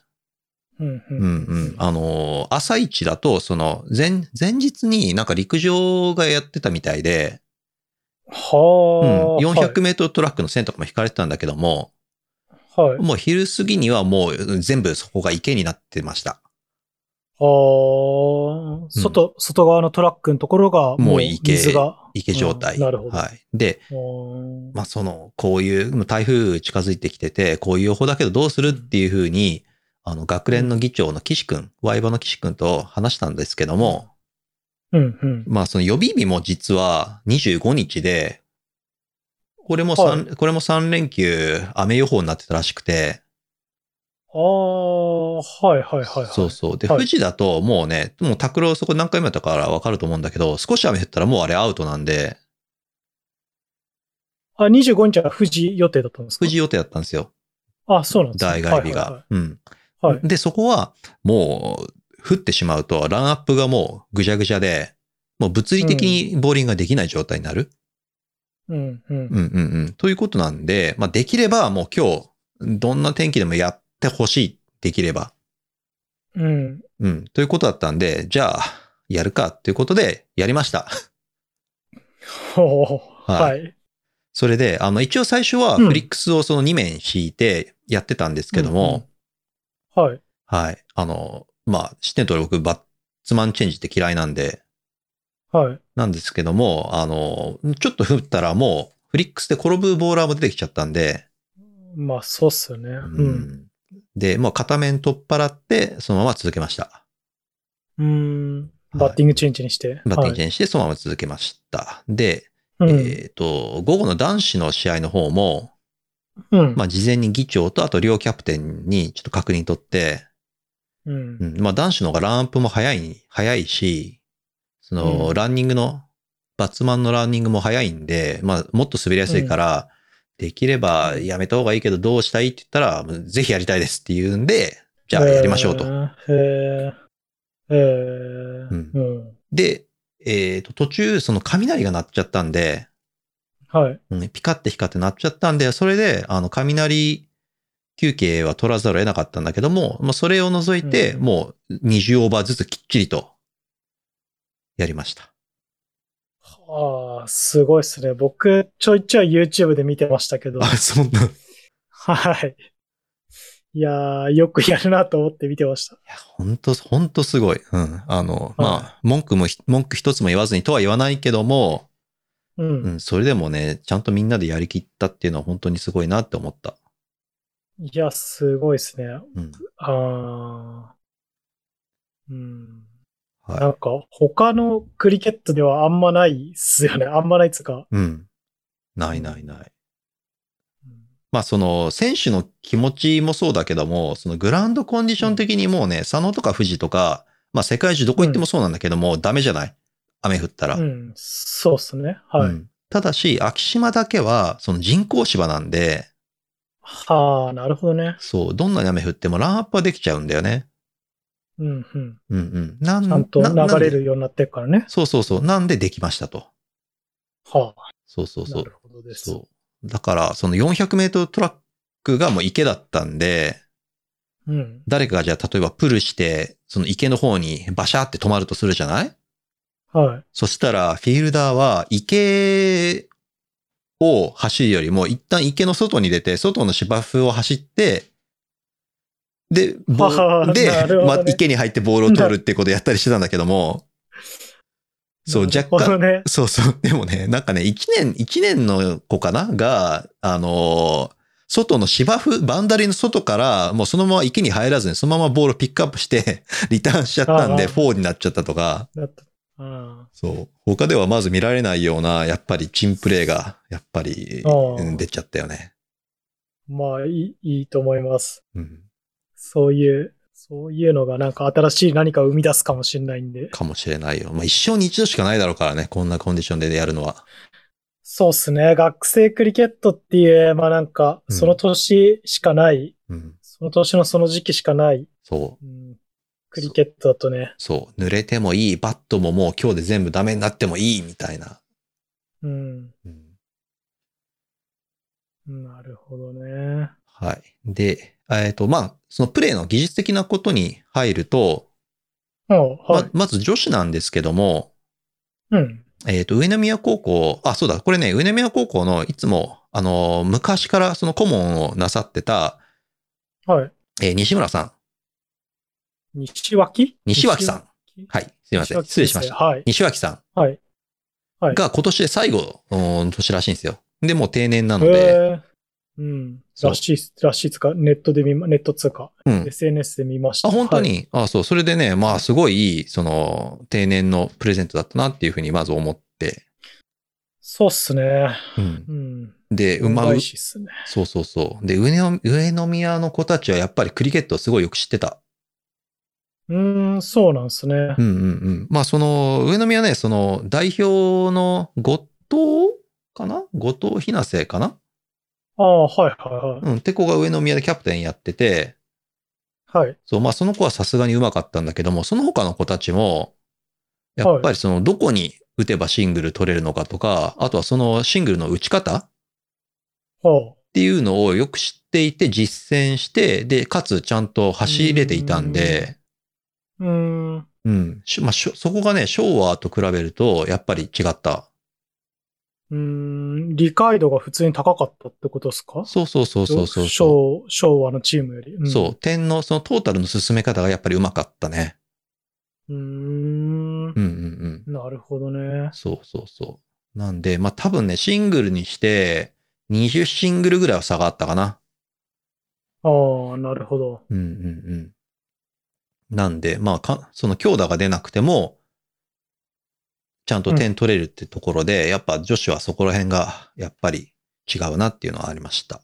Speaker 2: うん。う
Speaker 1: うん
Speaker 2: ん。
Speaker 1: うん。あの、朝一だと、その、前、前日になんか陸上がやってたみたいで、うん。
Speaker 2: はあ。
Speaker 1: 400メートルトラックの線とかも引かれてたんだけども、
Speaker 2: はい。はい。
Speaker 1: もう昼過ぎにはもう全部そこが池になってました。
Speaker 2: はあ。外、外側のトラックのところ
Speaker 1: も
Speaker 2: が、も
Speaker 1: う
Speaker 2: う
Speaker 1: 池
Speaker 2: 水が。
Speaker 1: 池状態。
Speaker 2: うんなるほど
Speaker 1: はい。で、
Speaker 2: うん
Speaker 1: まあその、こういう、台風近づいてきてて、こういう予報だけどどうするっていうふうに、あの、学連の議長の岸くん、ワイバの岸くんと話したんですけども、
Speaker 2: うん。うん。
Speaker 1: まあその予備日も実は25日で、これも三、これも3連休雨予報になってたらしくて、
Speaker 2: ああ、はいはいはい、はい。
Speaker 1: そうそう。で、
Speaker 2: はい
Speaker 1: 富士だともうね、もう拓郎そこ何回もやったからわかると思うんだけど、少し雨降ったらもうあれアウトなんで、
Speaker 2: あ、25日は富士予定だったんですか
Speaker 1: 9時予定だったんですよ。
Speaker 2: あ、そうなんですね
Speaker 1: 大外日が。。うん。
Speaker 2: はいはいはい、はい
Speaker 1: で、そこは、もう、降ってしまうと、ランアップがもうぐじゃぐじゃで、もう物理的にボーリングができない状態になる。
Speaker 2: うん、う。
Speaker 1: うんんうんうん。ということなんで、まあできればもう今日、どんな天気でもやってほしい。できれば。
Speaker 2: うん。
Speaker 1: うん。ということだったんで、じゃあ、やるかということで、やりました。
Speaker 2: ほう
Speaker 1: は
Speaker 2: はいい。
Speaker 1: それで、あの、一応最初は
Speaker 2: うん
Speaker 1: フリックスをその2面敷いてやってたんですけども、
Speaker 2: はい。
Speaker 1: はい。あの、まあ、知っての通り僕、バッツマンチェンジって嫌いなんで、
Speaker 2: はい。
Speaker 1: なんですけども、あの、ちょっと振ったらもう、フリックスで転ぶボーラーも出てきちゃったんで、
Speaker 2: まあ、そうっすよね。うん。
Speaker 1: で、もう片面取っ払って、そのまま続けました。
Speaker 2: うん。バッティングチェンジにして。
Speaker 1: バッティング
Speaker 2: ン
Speaker 1: チェンジして、そのまま続けました。で、
Speaker 2: ジ
Speaker 1: えっと、午後の男子の試合の方も、
Speaker 2: うん。うん。
Speaker 1: まあ、事前に議長と、あと両キャプテンにちょっと確認取って、
Speaker 2: うん
Speaker 1: う。ん、まあ、男子の方がランアップも早い、早いし、その、
Speaker 2: うん
Speaker 1: ランニングの、バツマンのランニングも早いんで、まあ、もっと滑りやすいから、できればやめた方がいいけど、どうしたいって言ったら、ぜひやりたいですって言うんで、じゃあやりましょうと
Speaker 2: へ。ー。へー。へー
Speaker 1: うん
Speaker 2: うん。
Speaker 1: で、えっ、と、途中、その雷が鳴っちゃったんで、
Speaker 2: はい。
Speaker 1: うんピカって光って鳴っちゃったんで、それで、あの、雷休憩は取らざるを得なかったんだけども、まあ、それを除いて、
Speaker 2: うん
Speaker 1: もう20オーバーずつきっちりと、やりました。
Speaker 2: ああ、すごいですね。僕、ちょいちょい YouTube で見てましたけど。
Speaker 1: あ、そんな。い
Speaker 2: はい。いやー、よくやるなと思って見てました。
Speaker 1: や、本当本当すごい。うん。あの、ま
Speaker 2: は
Speaker 1: あ、文句もひ、文句一つも言わずにとは言わないけども、
Speaker 2: う。
Speaker 1: うんん、それでもね、ちゃんとみんなでやりきったっていうのは本当にすごいなって思った。
Speaker 2: いや、すごいですね。
Speaker 1: うん。
Speaker 2: あーうん。
Speaker 1: はい
Speaker 2: なんか、他のクリケットではあんまないっすよね。あんまないっつうか。
Speaker 1: うん。ないないない。
Speaker 2: うん
Speaker 1: まあその選手の気持ちもそうだけども、そのグラウンドコンディション的にもうね、佐野とか富士とか、まあ世界中どこ行ってもそうなんだけども、ダメじゃない雨降ったら。
Speaker 2: うん、そうっすね。はい。
Speaker 1: うんただし、秋島だけはその人工芝なんで、
Speaker 2: はあ、なるほどね。
Speaker 1: そう、どんなに雨降ってもランアップはできちゃうんだよね。
Speaker 2: うん、うん。
Speaker 1: うんうん。なん
Speaker 2: ちゃんと
Speaker 1: な
Speaker 2: 流れ
Speaker 1: なんで
Speaker 2: るようになってるからね。
Speaker 1: そうそうそう。なんでできましたと。
Speaker 2: はあ、
Speaker 1: そうそうそ
Speaker 2: な
Speaker 1: う
Speaker 2: る。ほどです。
Speaker 1: そう。だから、その400メートルトラックがもう池だったんで、
Speaker 2: うん。
Speaker 1: 誰かがじゃあ例えばプルして、その池の方にバシャーって止まるとするじゃない
Speaker 2: はい。
Speaker 1: そしたらフィールダーは池を走るよりも一旦池の外に出て、外の芝生を走って、で、ボ
Speaker 2: はは
Speaker 1: ーで
Speaker 2: な、るほ
Speaker 1: ま
Speaker 2: どね
Speaker 1: 池に入ってボールを取るってことをやったりしてたんだけども、そう、
Speaker 2: なる
Speaker 1: 若
Speaker 2: ほど
Speaker 1: 干、
Speaker 2: ね。
Speaker 1: そうそう、でもね、なんかね、一年、一年の子かなが、あのー外の芝生、バンダリの外から、もうそのまま池に入らずに、そのままボールをピックアップして、 リターンしちゃったん
Speaker 2: あ
Speaker 1: で、
Speaker 2: あ
Speaker 1: 4になっちゃったとか、
Speaker 2: だった。あ
Speaker 1: そう。他ではまず見られないような、やっぱりチンプレーが、やっぱり、
Speaker 2: ああ
Speaker 1: うん出ちゃったよね。
Speaker 2: ーまあ、いい、いいと思います。
Speaker 1: うん。
Speaker 2: そういう、そういうのがなんか新しい何かを生み出すかもしれないんで。
Speaker 1: かもしれないよ。まあ、一生に一度しかないだろうからね、こんなコンディションでやるのは。
Speaker 2: そうっすね。学生クリケットっていう、まあなんか、
Speaker 1: うん
Speaker 2: その年しかない、
Speaker 1: うん。
Speaker 2: その年のその時期しかない、
Speaker 1: そう。
Speaker 2: うん、クリケットだとね。
Speaker 1: そう。濡れてもいい、バットももう今日で全部ダメになってもいい、みたいな。
Speaker 2: うん。
Speaker 1: うん
Speaker 2: なるほどね。
Speaker 1: はい。で、えっ、と、まあ、そのプレーの技術的なことに入ると、
Speaker 2: うん、はい。
Speaker 1: ままず女子なんですけども、
Speaker 2: うん。
Speaker 1: えっ、と、上宮高校、あ、そうだ、これね、上宮高校のいつも、あのー、昔からその顧問をなさってた、
Speaker 2: はい。
Speaker 1: えー西村さん。
Speaker 2: 西脇
Speaker 1: 西脇さん。
Speaker 2: 西脇
Speaker 1: はい。すいません。失礼しまし
Speaker 2: 先
Speaker 1: た。
Speaker 2: 生はい。
Speaker 1: 西脇さ
Speaker 2: はい。は
Speaker 1: ん
Speaker 2: い。
Speaker 1: が今年で最後の年らしいんですよ。で、もう定年なので、
Speaker 2: へーうん。
Speaker 1: そう
Speaker 2: らしいっす、らしいっつうか、ネットで見ま、ネット通貨、
Speaker 1: うん。
Speaker 2: SNS で見ました。
Speaker 1: あ、本当
Speaker 2: はい
Speaker 1: に、あ、そう。それでね、まあ、すごいいい、その、定年のプレゼントだったなっていうふうに、まず思って。
Speaker 2: そうっすね。
Speaker 1: うん
Speaker 2: う。ん。
Speaker 1: で、うま
Speaker 2: ま
Speaker 1: う
Speaker 2: い、しっすね。
Speaker 1: そうそうそう。で、上の上宮の子たちはやっぱりクリケットをすごいよく知ってた。
Speaker 2: うーん、そうなんすね
Speaker 1: う。んうんうん。まあ、その、上宮ね、その、代表の後藤かな後藤ひなせかな
Speaker 2: ああ、はいはい
Speaker 1: うん。て子が上宮でキャプテンやってて、
Speaker 2: はい。はい。
Speaker 1: そう、まあその子はさすがに上手かったんだけども、その他の子たちも、やっぱりそのどこに打てばシングル取れるのかとか、あとはそのシングルの打ち方っ
Speaker 2: は
Speaker 1: ていうのをよく知っていて実践して、で、かつちゃんと走れていたんで、
Speaker 2: あ。うーん。
Speaker 1: うん。しまあ、しょそこがね、昭和と比べるとやっぱり違った。
Speaker 2: うーん、理解度が普通に高かったってことですか
Speaker 1: そうそうそうそうそうそ
Speaker 2: 昭昭和のチームより。
Speaker 1: う。
Speaker 2: ん
Speaker 1: そう。点のそのトータルの進め方がやっぱり上手かったね。
Speaker 2: うーん。
Speaker 1: うんうんうん。
Speaker 2: なるほどね。
Speaker 1: そうそうそう。なんで、まあ多分ね、シングルにして、20シングルぐらいは差があったかな。
Speaker 2: ああ、なるほど。
Speaker 1: うんうんうん。なんで、まあか、その強打が出なくても、ちゃんと点取れるってところで、やっぱ女子はそこら辺がやっぱり違うなっていうのはありました。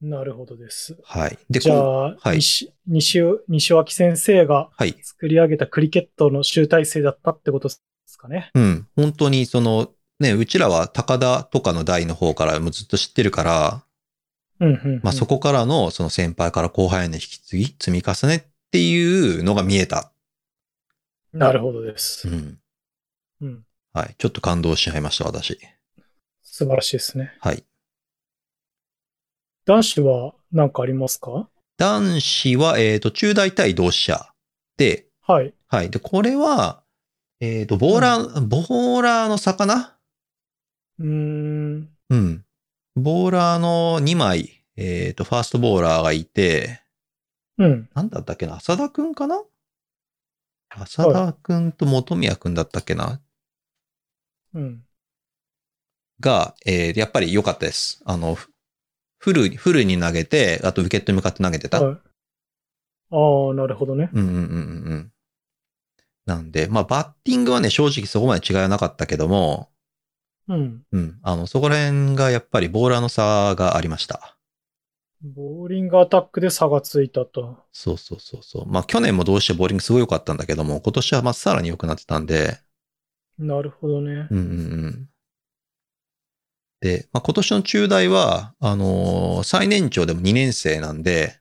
Speaker 2: なるほどです。
Speaker 1: はい。で、
Speaker 2: じゃ
Speaker 1: こう
Speaker 2: あ、
Speaker 1: はい
Speaker 2: 西西尾西脇先生が
Speaker 1: はい。
Speaker 2: 作り上げたクリケットの集大成だったってことですかね。
Speaker 1: うん。本当にその、ね、うちらは高田とかの代の方からもうずっと知ってるから、
Speaker 2: うんうん、うん。
Speaker 1: まあそこからのその先輩から後輩への引き継ぎ、積み重ねっていうのが見えた。
Speaker 2: なるほどで
Speaker 1: う
Speaker 2: す。
Speaker 1: ん。
Speaker 2: うん。
Speaker 1: はい。ちょっと感動しちゃいました、私。
Speaker 2: 素晴らしいですね。
Speaker 1: はい。
Speaker 2: 男子は何かありますか
Speaker 1: 男子は、えっ、と、中大対同志社で、
Speaker 2: はい。
Speaker 1: はい。で、これは、えっ、と、ボーラー、ボーラーの魚
Speaker 2: うーん。
Speaker 1: うん。ボーラーの2枚、えっ、と、ファーストボーラーがいて、
Speaker 2: うん。
Speaker 1: なんだったっけな浅田くんかな浅田くんと本宮くんだったっけな
Speaker 2: うん。
Speaker 1: が、えーやっぱり良かったです。あの、フフル、フルに投げて、あとウケットに向かって投げてた。
Speaker 2: はい。ああ、なるほどね。
Speaker 1: うんうんうんうんうん。なんで、まあ、バッティングはね、正直そこまで違いはなかったけども、
Speaker 2: うん。
Speaker 1: うん。あの、そこら辺がやっぱりボーラーの差がありました。
Speaker 2: ボーリングアタックで差がついたと。
Speaker 1: そうそうそうそう。まあ、去年もどうしてボーリングすごい良かったんだけども、今年はまあ、さらに良くなってたんで、
Speaker 2: なるほどね。
Speaker 1: うんうんうん。で、まあ、今年の中大は、あのー最年長でも2年生なんで、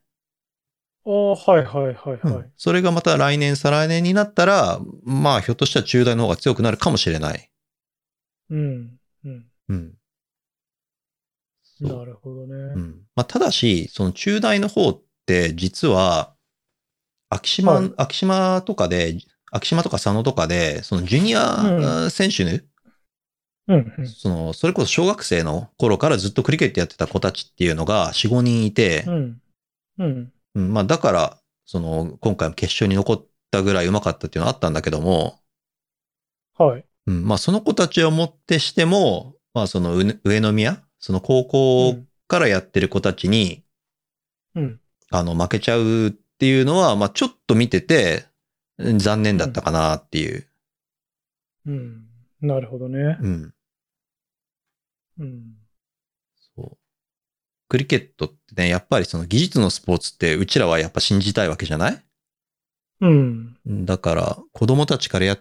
Speaker 2: ああ、はいはいはいはい。
Speaker 1: うんそれがまた来年、再来年になったら、まあ、ひょっとしたら中大の方が強くなるかもしれない。
Speaker 2: うん。うん。
Speaker 1: うん。そう
Speaker 2: なるほどね。
Speaker 1: うん。まあ、ただし、その中大の方って、実は、秋島、
Speaker 2: はい
Speaker 1: 秋島とかで、秋島とか佐野とかで、そのジュニア選手ね、
Speaker 2: うん。うん
Speaker 1: その、それこそ小学生の頃からずっとクリケットやってた子たちっていうのが4、5人いて、
Speaker 2: うん。うん。
Speaker 1: うん、まあだから、その、今回も決勝に残ったぐらいうまかったっていうのはあったんだけども、
Speaker 2: はい。
Speaker 1: うん、まあその子たちをもってしても、まあそのうね上宮、その高校からやってる子たちに、
Speaker 2: うん。
Speaker 1: あの、負けちゃうっていうのは、まあちょっと見てて、うん残念だったかなっていう。
Speaker 2: うん。なるほどね。
Speaker 1: うん。
Speaker 2: うん。
Speaker 1: そう。クリケットってね、やっぱりその技術のスポーツって、うちらはやっぱ信じたいわけじゃない
Speaker 2: うん。
Speaker 1: だから、子供たちからやっ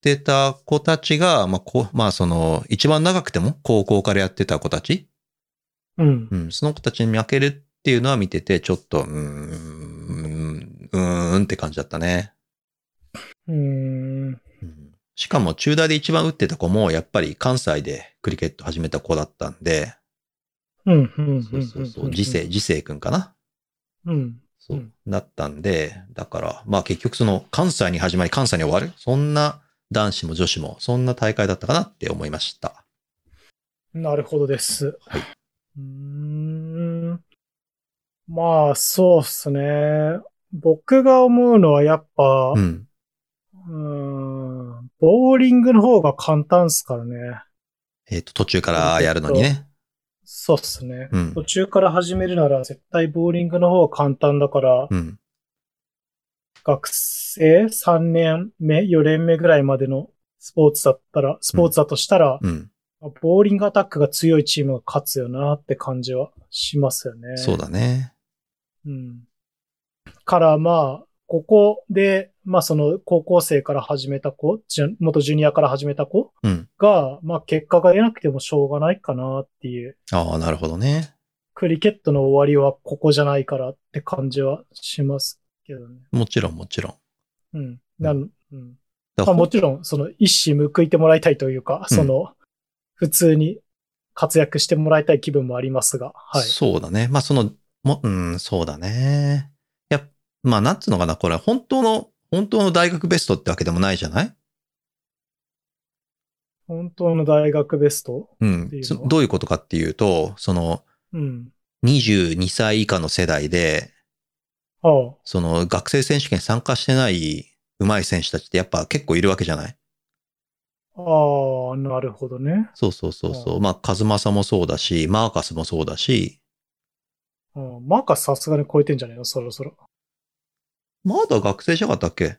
Speaker 1: てた子たちが、まあ、こまあ、その、一番長くても、高校からやってた子たち、
Speaker 2: うん
Speaker 1: う。ん、その子たちに負けるっていうのは見てて、ちょっと、うーん、うーんって感じだったね。
Speaker 2: うん。
Speaker 1: うんしかも、中大で一番打ってた子も、やっぱり関西でクリケット始めた子だったんで、
Speaker 2: うん。うん。
Speaker 1: そうそうそう、
Speaker 2: ん
Speaker 1: 次世、。次世くんかな
Speaker 2: うん。、
Speaker 1: そううんだったんで、だから、まあ結局その関西に始まり関西に終わる、そんな男子も女子も、そんな大会だったかなって思いました。
Speaker 2: なるほどです。
Speaker 1: はいう
Speaker 2: ーん。まあ、そうっすね。僕が思うのはやっぱ、
Speaker 1: うん。
Speaker 2: うーん、ボーリングの方が簡単っすからね。
Speaker 1: えっ、と、途中からやるのにね。
Speaker 2: そうっすね。
Speaker 1: うん
Speaker 2: 途中から始めるなら絶対ボーリングの方が簡単だから、
Speaker 1: うん。
Speaker 2: 学生3年目、4年目ぐらいまでのスポーツだったら、スポーツだとしたら、
Speaker 1: うん。
Speaker 2: ボーリングアタックが強いチームが勝つよなって感じはしますよね。
Speaker 1: そうだね。
Speaker 2: うん。から、まあ、ここで、まあその高校生から始めた子、ジュ元ジュニアから始めた子
Speaker 1: うん。
Speaker 2: が、まあ結果が出なくてもしょうがないかなっていう、
Speaker 1: ああ、なるほどね。
Speaker 2: クリケットの終わりはここじゃないからって感じはしますけどね。
Speaker 1: もちろん、もちろん。
Speaker 2: うん。なん、うん。
Speaker 1: だ
Speaker 2: まあもちろん、その一矢報いてもらいたいというか、
Speaker 1: うん
Speaker 2: その、普通に活躍してもらいたい気分もありますが、はい。
Speaker 1: そうだね。まあその、も、うん、そうだね。いや、まあなんつうのかな、これ、本当の、本当の大学ベストってわけでもないじゃない
Speaker 2: 本当の大学ベスト
Speaker 1: うん
Speaker 2: っていう。の
Speaker 1: そ
Speaker 2: は
Speaker 1: どういうことかっていうと、その、
Speaker 2: うん。
Speaker 1: 22歳以下の世代で、
Speaker 2: ああ、
Speaker 1: その学生選手権参加してない上手い選手たちってやっぱ結構いるわけじゃない
Speaker 2: ああ、なるほどね。
Speaker 1: そうそうそうそう。まあ、カズマサもそうだし、マーカスもそうだし、
Speaker 2: うん、マーカスさすがに超えてんじゃねえのそろそろ。
Speaker 1: まだ学生じゃなかったっけ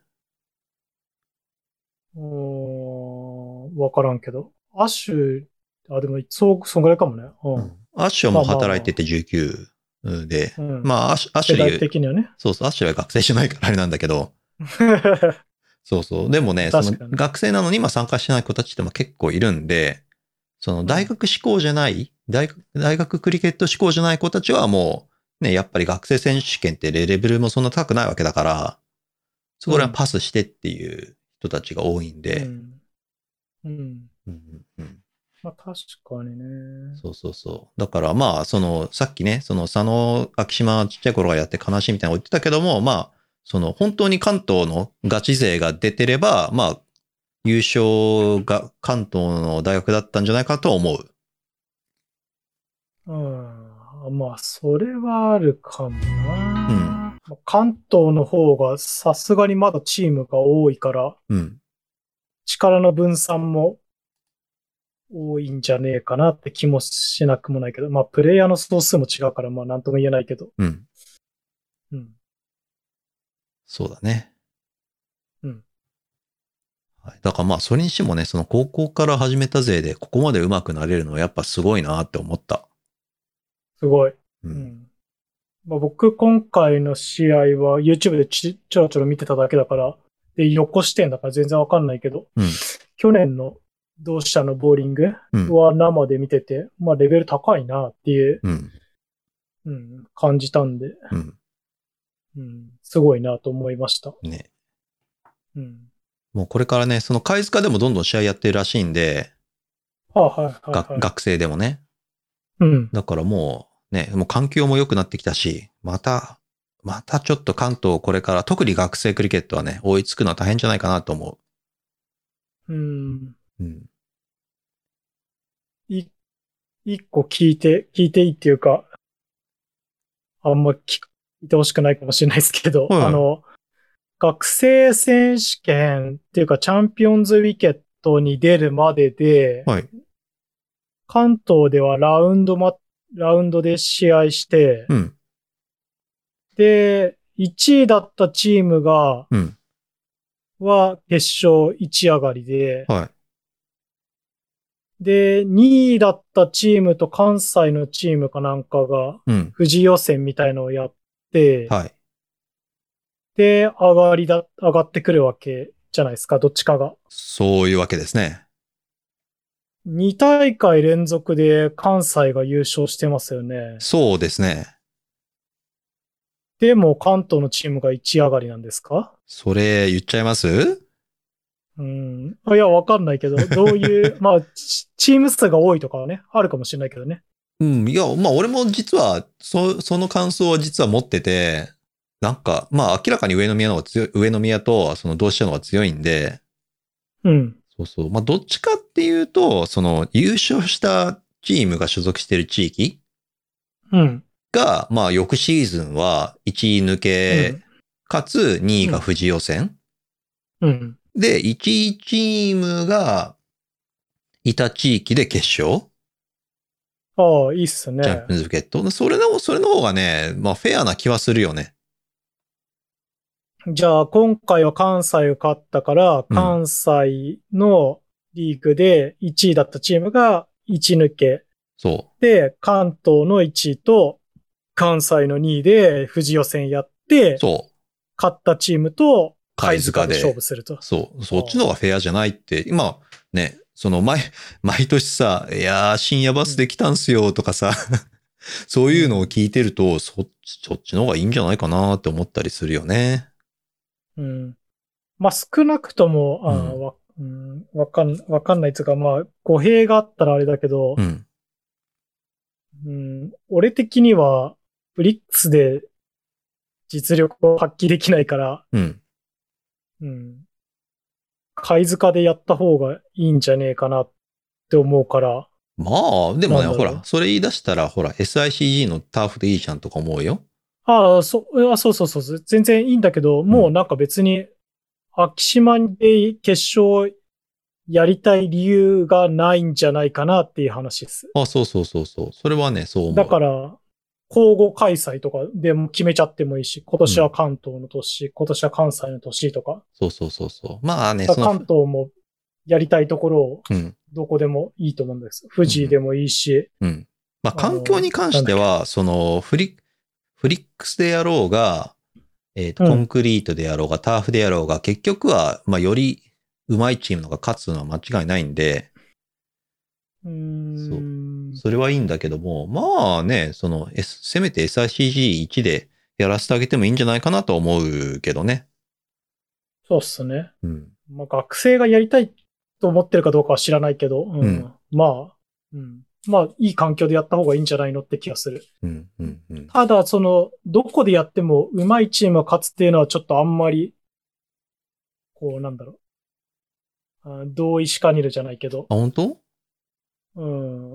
Speaker 2: うーんわからんけど。アッシュ、あ、でも、そう、そんぐらいかもね。う
Speaker 1: アッシュはもう働いてて19で、
Speaker 2: ん。うん。
Speaker 1: まあ、アッシュアッシ
Speaker 2: 世
Speaker 1: ュ
Speaker 2: 代
Speaker 1: リー、
Speaker 2: 的にはね。
Speaker 1: そうそう、アッシュリーは学生じゃないからあれなんだけど、そうそう。でもね、その
Speaker 2: 確かに
Speaker 1: 学生なのに今参加してない子たちっても結構いるんで、その大学志向じゃない、大学大学クリケット志向じゃない子たちはもう、ね、やっぱり学生選手権ってレレベルもそんな高くないわけだから、そこら辺パスしてっていう人たちが多いん
Speaker 2: う
Speaker 1: で、
Speaker 2: ん。
Speaker 1: う
Speaker 2: うん。
Speaker 1: んうんうん
Speaker 2: まあ、確かにね。
Speaker 1: そうそうそう。だからまあ、その、さっきね、その佐野、昭島ちっちゃい頃がやって悲しいみたいなこと言ってたけども、まあ、その本当に関東のガチ勢が出てれば、まあ、優勝が関東の大学だったんじゃないかとは思う。
Speaker 2: うん。まあ、それはあるかも
Speaker 1: うん
Speaker 2: な。まあ関東の方がさすがにまだチームが多いから、
Speaker 1: うん。
Speaker 2: 力の分散も多いんじゃねえかなって気もしなくもないけど、まあ、プレイヤーの総数も違うから、まあ、なんとも言えないけど。
Speaker 1: うん。
Speaker 2: うん。
Speaker 1: そうだね。
Speaker 2: うん。
Speaker 1: はい。だからまあ、それにしてもね、その高校から始めた勢で、ここまで上手くなれるのはやっぱすごいなって思った。
Speaker 2: すごい。
Speaker 1: う。
Speaker 2: うんん。まあ、僕、今回の試合は YouTube でちちょろちょろ見てただけだから、で、横視点だから全然わかんないけど、
Speaker 1: うん
Speaker 2: 去年の同志社のボーリング
Speaker 1: うん。
Speaker 2: は生で見てて、まあ、レベル高いなっていう、
Speaker 1: うん。
Speaker 2: うん、感じたんで、
Speaker 1: うん。
Speaker 2: うん、すごいなと思いました。
Speaker 1: ね。
Speaker 2: うん。
Speaker 1: もうこれからね、その貝塚でもどんどん試合やってるらしいんで、
Speaker 2: はあ、はい、
Speaker 1: が
Speaker 2: はい、はい。
Speaker 1: 学生でもね。
Speaker 2: うん。
Speaker 1: だからもうね、もう環境も良くなってきたし、また、またちょっと関東これから、特に学生クリケットはね、追いつくのは大変じゃないかなと思
Speaker 2: うん。
Speaker 1: う。うん。
Speaker 2: い、一個聞いて、聞いていいっていうか、あんま聞く聞いてほしくないかもしれないですけど、
Speaker 1: はい
Speaker 2: あの、学生選手権っていうかチャンピオンズウィケットに出るまでで、
Speaker 1: はい
Speaker 2: 関東ではラウンドま、ラウンドで試合して、
Speaker 1: うん。
Speaker 2: で、1位だったチームが、
Speaker 1: うん
Speaker 2: は決勝1上がりで、
Speaker 1: はい。
Speaker 2: で、2位だったチームと関西のチームかなんかが、
Speaker 1: うん。
Speaker 2: 富士予選みたいのをやって、
Speaker 1: はい。
Speaker 2: で、上がりだ、上がってくるわけじゃないですか、どっちかが。
Speaker 1: そういうわけですね。
Speaker 2: 2大会連続で関西が優勝してますよね。
Speaker 1: そうですね。
Speaker 2: でも関東のチームが1上がりなんですか
Speaker 1: それ言っちゃいます
Speaker 2: うん。いや、わかんないけど、どうい う、まあ、チチーム数が多いとかはね、あるかもしれないけどね。
Speaker 1: うん。いや、まあ俺も実は、そ、その感想は実は持ってて、なんか、まあ明らかに上宮の方が強い、上宮とその同志社の方が強いんで、
Speaker 2: うん。
Speaker 1: そうそう。まあ、どっちかっていうと、その、優勝したチームが所属してる地域
Speaker 2: うん。
Speaker 1: が、まあ、翌シーズンは1位抜け、かつ2位が富士予選。
Speaker 2: うん。うん。
Speaker 1: で、1位チームが、いた地域で決勝
Speaker 2: ああ、いいっすね
Speaker 1: チ。ャンピオンズケット。それの、それの方がね、まあ、フェアな気はするよね。
Speaker 2: じゃあ、今回は関西が勝ったから、
Speaker 1: うん
Speaker 2: 関西のリーグで1位だったチームが1抜け
Speaker 1: そ
Speaker 2: で、関東の1位と関西の2位で富士予選やっ
Speaker 1: う。
Speaker 2: て、
Speaker 1: そう。
Speaker 2: 勝ったチームと
Speaker 1: 貝塚で
Speaker 2: 貝勝負すると。
Speaker 1: そう、そっちの方がフェアじゃないって、今、ね、その毎、毎年さ、いやー、深夜バスで来たんすよとかさ、 そういうのを聞いてると、そっち、そっちの方がいいんじゃないかなって思ったりするよね。
Speaker 2: うん。まあ、少なくとも、あー
Speaker 1: うん
Speaker 2: わ、うん、わかん、わかんないというか、まあ、語弊があったらあれだけど
Speaker 1: う、ん。
Speaker 2: うん、俺的には、ブリックスで実力を発揮できないから、
Speaker 1: うん。
Speaker 2: うん。貝塚でやった方がいいんじゃねえかなって思うから、
Speaker 1: まあ、でもね、
Speaker 2: なん
Speaker 1: ほ
Speaker 2: だろう
Speaker 1: ら、それ言い出したら、ほら、SICG のターフでいいじゃんとか思うよ。
Speaker 2: ああ、そう、あそうそうそうそう、全然いいんだけど、もうなんか別に、秋島で決勝やりたい理由がないんじゃないかなっていう話です。
Speaker 1: あ、そうそうそうそう。それはね、そう思う。
Speaker 2: だから、交互開催とかでも決めちゃってもいいし、今年は関東の年、今年は関西の年とか、
Speaker 1: そうそうそうそう。まあね、
Speaker 2: だ
Speaker 1: そ
Speaker 2: から
Speaker 1: の、
Speaker 2: 関東もやりたいところを
Speaker 1: うん。
Speaker 2: どこでもいいと思うんです。富士でもいいし、
Speaker 1: うん。まあ、
Speaker 2: あの
Speaker 1: 環境に関しては、その、フリ、フリックスでやろうが、えっ、と、
Speaker 2: うん
Speaker 1: コンクリートでやろうが、ターフでやろうが、結局は、まあ、より上手いチームの方が勝つのは間違いないんで、
Speaker 2: うーん。
Speaker 1: それはいいんだけども、まあね、その、S、せめて SICG1 でやらせてあげてもいいんじゃないかなと思うけどね。
Speaker 2: そうっすね。
Speaker 1: うん。
Speaker 2: まあ、学生がやりたいと思ってるかどうかは知らないけど、うん
Speaker 1: うん
Speaker 2: まあ、うん、まあ、いい環境でやった方がいいんじゃないのって気がする。
Speaker 1: うん、うん、うん。
Speaker 2: ただ、その、どこでやっても上手いチームが勝つっていうのはちょっとあんまり、こう、なんだろう。あ同意しかねるじゃないけど、
Speaker 1: あ、本当
Speaker 2: うん。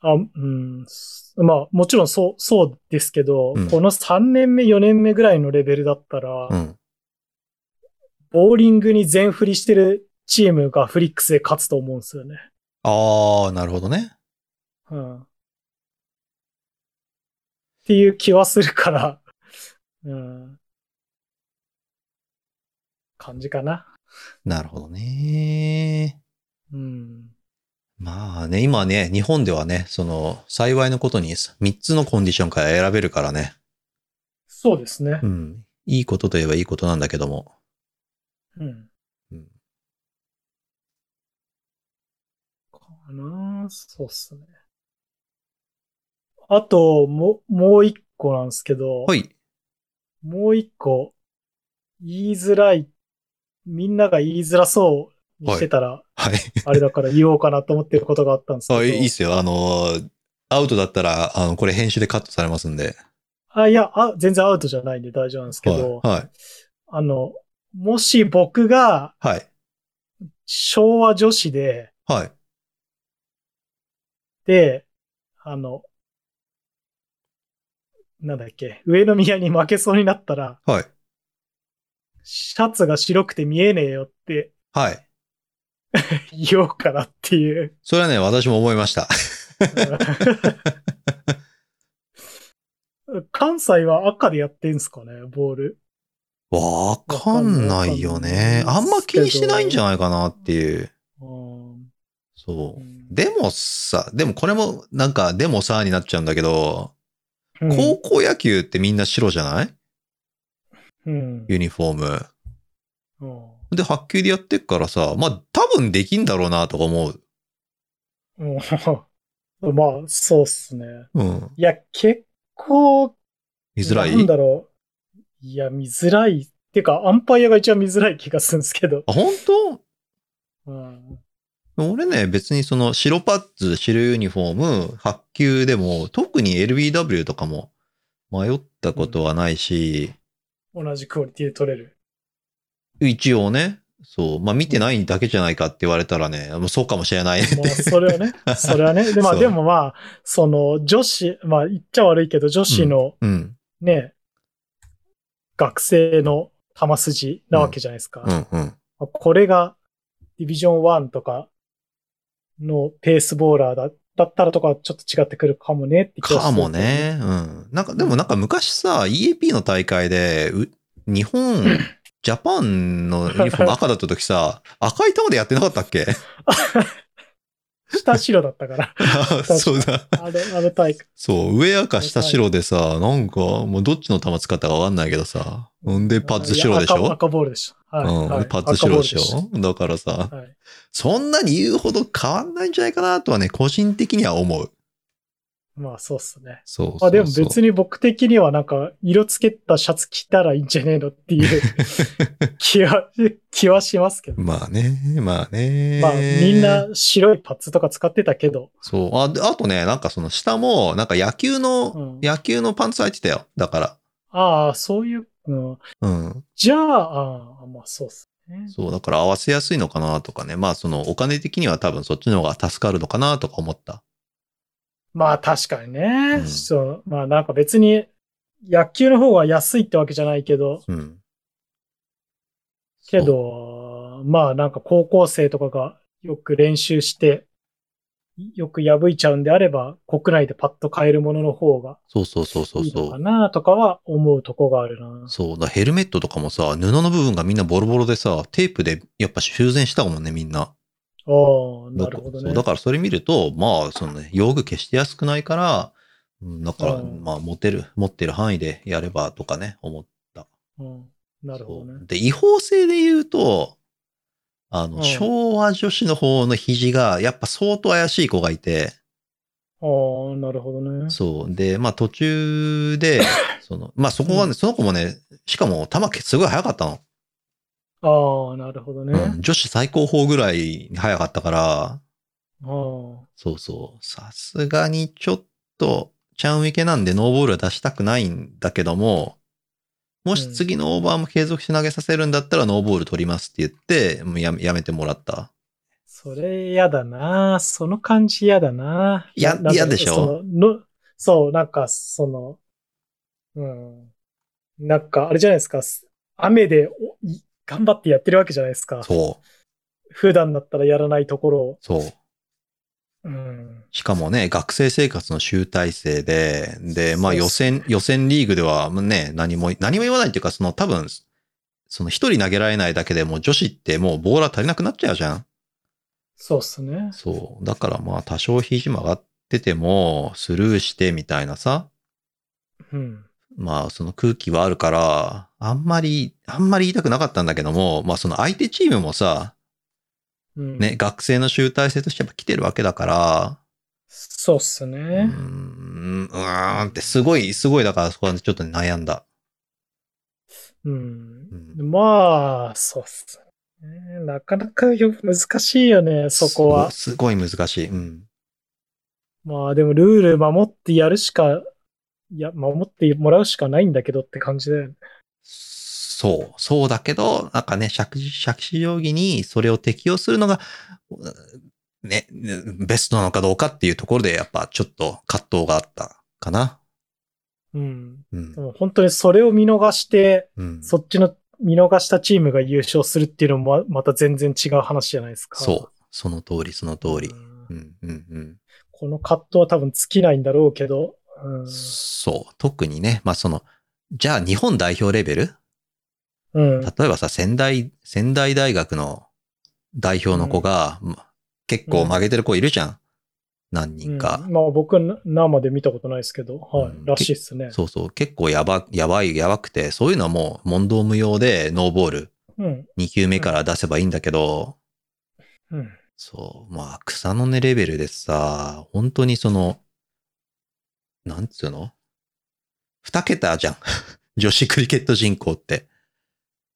Speaker 2: あ、うん。まあ、もちろんそう、そうですけど、
Speaker 1: うん
Speaker 2: この3年目、4年目ぐらいのレベルだったら、
Speaker 1: うん。
Speaker 2: ボーリングに全振りしてるチームがフリックスで勝つと思うんですよね。
Speaker 1: ああ、なるほどね。
Speaker 2: うん。っていう気はするから、うん。感じかな。
Speaker 1: なるほどね。
Speaker 2: うん。
Speaker 1: まあね、今ね、日本ではね、その、幸いのことに3つのコンディションから選べるからね。
Speaker 2: そうですね
Speaker 1: う。ん。いいことといえばいいことなんだけども。
Speaker 2: うん。
Speaker 1: うん
Speaker 2: かなあそうっすね。あと、も、もう一個なんですけど、
Speaker 1: はい。
Speaker 2: もう一個、言いづらい、みんなが言いづらそうにしてたら、
Speaker 1: はい。
Speaker 2: あれだから言おうかなと思ってることがあったんですけ ど。
Speaker 1: あいいっすよ。あのー、アウトだったら、あの、これ編集でカットされますんで。
Speaker 2: あいやあ、全然アウトじゃないんで大丈夫なんですけど、
Speaker 1: はい。はい。
Speaker 2: あの、もし僕が
Speaker 1: はい。
Speaker 2: 昭和女子で、
Speaker 1: はい。
Speaker 2: で、あの、なんだっけ、上の宮に負けそうになったら、
Speaker 1: はい。
Speaker 2: シャツが白くて見えねえよって
Speaker 1: はい。
Speaker 2: 言おうかなっ ていう。
Speaker 1: それはね、私も思いました。
Speaker 2: 関西は赤でやってんすかね、ボール。
Speaker 1: わかんないよね。
Speaker 2: わか
Speaker 1: あ
Speaker 2: ん
Speaker 1: ん
Speaker 2: ない
Speaker 1: ま気にしてないんじゃないかなっていう。
Speaker 2: うん
Speaker 1: そうう。
Speaker 2: ん
Speaker 1: でもさ、でもこれも、なんか、でもさ、になっちゃうんだけど、
Speaker 2: うん
Speaker 1: 高校野球ってみんな白じゃない
Speaker 2: うん
Speaker 1: ユニフォーム。
Speaker 2: うん
Speaker 1: で、白球でやってっからさ、まあ、多分できんだろうなとか思う。
Speaker 2: うん まあ、そうっすね。
Speaker 1: うん。
Speaker 2: いや、結構、
Speaker 1: 見づらい
Speaker 2: なんだろう。いや、見づらい。てか、アンパイアが一番見づらい気がするんですけど。
Speaker 1: あ、本
Speaker 2: うん。
Speaker 1: 当俺ね、別にその白パッツ、白ユニフォーム、白球でも、特に LBW とかも迷ったことはないし、
Speaker 2: 同じクオリティで取れる。
Speaker 1: 一応ね、そう、まあ見てないだけじゃないかって言われたらね、もうそうかもしれないねって。
Speaker 2: まあ、それはね、それはね。で、まあ、
Speaker 1: そう
Speaker 2: でもまあ、その、女子、まあ、言っちゃ悪いけど、女子の
Speaker 1: うん、
Speaker 2: ね、学生の球筋なわけじゃないですか。
Speaker 1: うん、うん。
Speaker 2: まあこれが、ディビジョン1とかのペースボーラーだだったらとか、ちょっと違ってくるかもねって気がす
Speaker 1: か
Speaker 2: る
Speaker 1: も。ね。うん。なんか、でもなんか昔さ、EAP の大会で、う日本、ジャパンのユニフォーム赤だった時 さ、赤い玉でやってなかったっけ
Speaker 2: 下白だったから。
Speaker 1: あ
Speaker 2: か に
Speaker 1: そうだ。
Speaker 2: あの、あの体育。
Speaker 1: そう、上赤下白でさ、なんか、もうどっちの玉使ったかわかんないけどさ、ほんでパッツ白でし
Speaker 2: いや赤
Speaker 1: ょ
Speaker 2: 赤ボールでしょ。
Speaker 1: う
Speaker 2: はい。
Speaker 1: ん、
Speaker 2: はい
Speaker 1: パッツ白でし
Speaker 2: 赤ボール
Speaker 1: ょだからさ
Speaker 2: た、はい。
Speaker 1: そんなに言うほど変わんないんじゃないかなとはね、個人的には思う。
Speaker 2: まあ、そうっすね。
Speaker 1: そうそうそう。
Speaker 2: まあ、でも別に僕的にはなんか、色付けたシャツ着たらいいんじゃねえのって いう気は、気はしますけど。
Speaker 1: まあね、まあね。
Speaker 2: まあ、みんな白いパッツとか使ってたけど。
Speaker 1: そう。あ、であとね、なんかその下も、なんか野球の、
Speaker 2: うん
Speaker 1: 野球のパンツ履いてたよ。だか
Speaker 2: ああ、そういう、うん、
Speaker 1: ら。うん。
Speaker 2: じゃあ、ああまあ、そうっすね。
Speaker 1: そう、だから合わせやすいのかなとかね。まあそのお金的には多分そっちの方が助かるのかなとか思った。
Speaker 2: まあ確かにね。
Speaker 1: うん
Speaker 2: そう。まあなんか別に野球の方が安いってわけじゃないけど、
Speaker 1: うん。
Speaker 2: け
Speaker 1: そう。
Speaker 2: ど、まあなんか高校生とかがよく練習して、よく破いちゃうんであれば、国内でパッと買えるものの方が
Speaker 1: そうそうそうそう
Speaker 2: いい
Speaker 1: そ
Speaker 2: のか
Speaker 1: う。
Speaker 2: なとかは思うとこがあるな。
Speaker 1: そう。だからヘルメットとかもさ、布の部分がみんなボロボロでさ、テープでやっぱ修繕したもんね、みんな。
Speaker 2: ああ、なるほど
Speaker 1: そう
Speaker 2: ね。
Speaker 1: だからそれ見ると、まあ、その、ね、用具決して安くないから、うんだから、
Speaker 2: うん
Speaker 1: まあ、持てる、持ってる範囲でやればとかね、思って。
Speaker 2: うん、なるほどね。
Speaker 1: で、違法性で言うと、あの、
Speaker 2: うん
Speaker 1: 昭和女子の方の肘が、やっぱ相当怪しい子がいて、
Speaker 2: ああ、なるほどね。
Speaker 1: そう。で、まあ途中 で、その、まあそこは
Speaker 2: う
Speaker 1: ね、その子もね、しかも球すごい速かったの。
Speaker 2: ああ、なるほどね。
Speaker 1: うん女子最高峰ぐらいに速かったから、
Speaker 2: あ
Speaker 1: そうそう。さすがにちょっと、ちゃんウイケなんでノーボールは出したくないんだけども、もし次のオーバーも継続して投げさせるんだったらノーボール取りますって言って、もうやめやめてもらった。
Speaker 2: あ、それ嫌だな。その感じ嫌だな。
Speaker 1: や
Speaker 2: ななんか
Speaker 1: 嫌でしょ
Speaker 2: そののそう、なんか、その、うん。なんか、あれじゃないですか。す雨でおい頑張ってやってるわけじゃないですか。
Speaker 1: そう。
Speaker 2: 普段だったらやらないところを。
Speaker 1: そう。
Speaker 2: うん。
Speaker 1: しかもね、学生生活の集大成で、で、まあ
Speaker 2: そう
Speaker 1: 予
Speaker 2: そ
Speaker 1: 選、予選リーグではね、何も、何も言わないっていうか、その多分、その一人投げられないだけでもう女子ってもうボーラー足りなくなっちゃうじゃん。
Speaker 2: そうっすね。
Speaker 1: そう。だからまあ多少肘曲がってても、スルーしてみたいなさ、
Speaker 2: うん。
Speaker 1: まあその空気はあるから、あんまり、あんまり言いたくなかったんだけども、まあその相手チームもさ、
Speaker 2: うん、
Speaker 1: ね、。学生の集大成としてやっぱ来てるわけだから、
Speaker 2: そうっす
Speaker 1: うー
Speaker 2: ね。
Speaker 1: ん、うーんってすごい、すごいだからそこはちょっと悩んだ。
Speaker 2: うん
Speaker 1: う。ん
Speaker 2: まあ、そうっすね。なかなかよ難しいよね、そこは。
Speaker 1: すごいすごい難しい。うん。
Speaker 2: まあでもルール守ってやるしか、いや、守ってもらうしかないんだけどって感じだよね。
Speaker 1: そう。そうだけど、なんかね、借地、借地定規にそれを適用するのが、うんね、ベストなのかどうかっていうところで、やっぱちょっと葛藤があったかな。
Speaker 2: うん。
Speaker 1: うん
Speaker 2: で。も本当にそれを見逃して、
Speaker 1: うん、
Speaker 2: そっちの見逃したチームが優勝するっていうのもままた全然違う話じゃないですか。
Speaker 1: そう。その通り、その通り
Speaker 2: う。ん
Speaker 1: うん、うん、うん。
Speaker 2: この葛藤は多分尽きないんだろうけど。うん
Speaker 1: そう。特にね、まあその、じゃあ日本代表レベル
Speaker 2: うん。
Speaker 1: 例えばさ、仙台、仙台大学の代表の子が、ま結構曲げてる子いるじゃん。何人か。
Speaker 2: うんまあ僕な生で見たことないですけど、はい、
Speaker 1: うん
Speaker 2: らしいっすね。
Speaker 1: そうそう、結構やば、やばい、やばくて、そういうのはもう問答無用でノーボール、
Speaker 2: うん。
Speaker 1: 2球目から出せばいいんだけど、
Speaker 2: うん。
Speaker 1: そう、まあ、草の根レベルでさ、本当にその、なんつうの二桁じゃん。 女子クリケット人口って。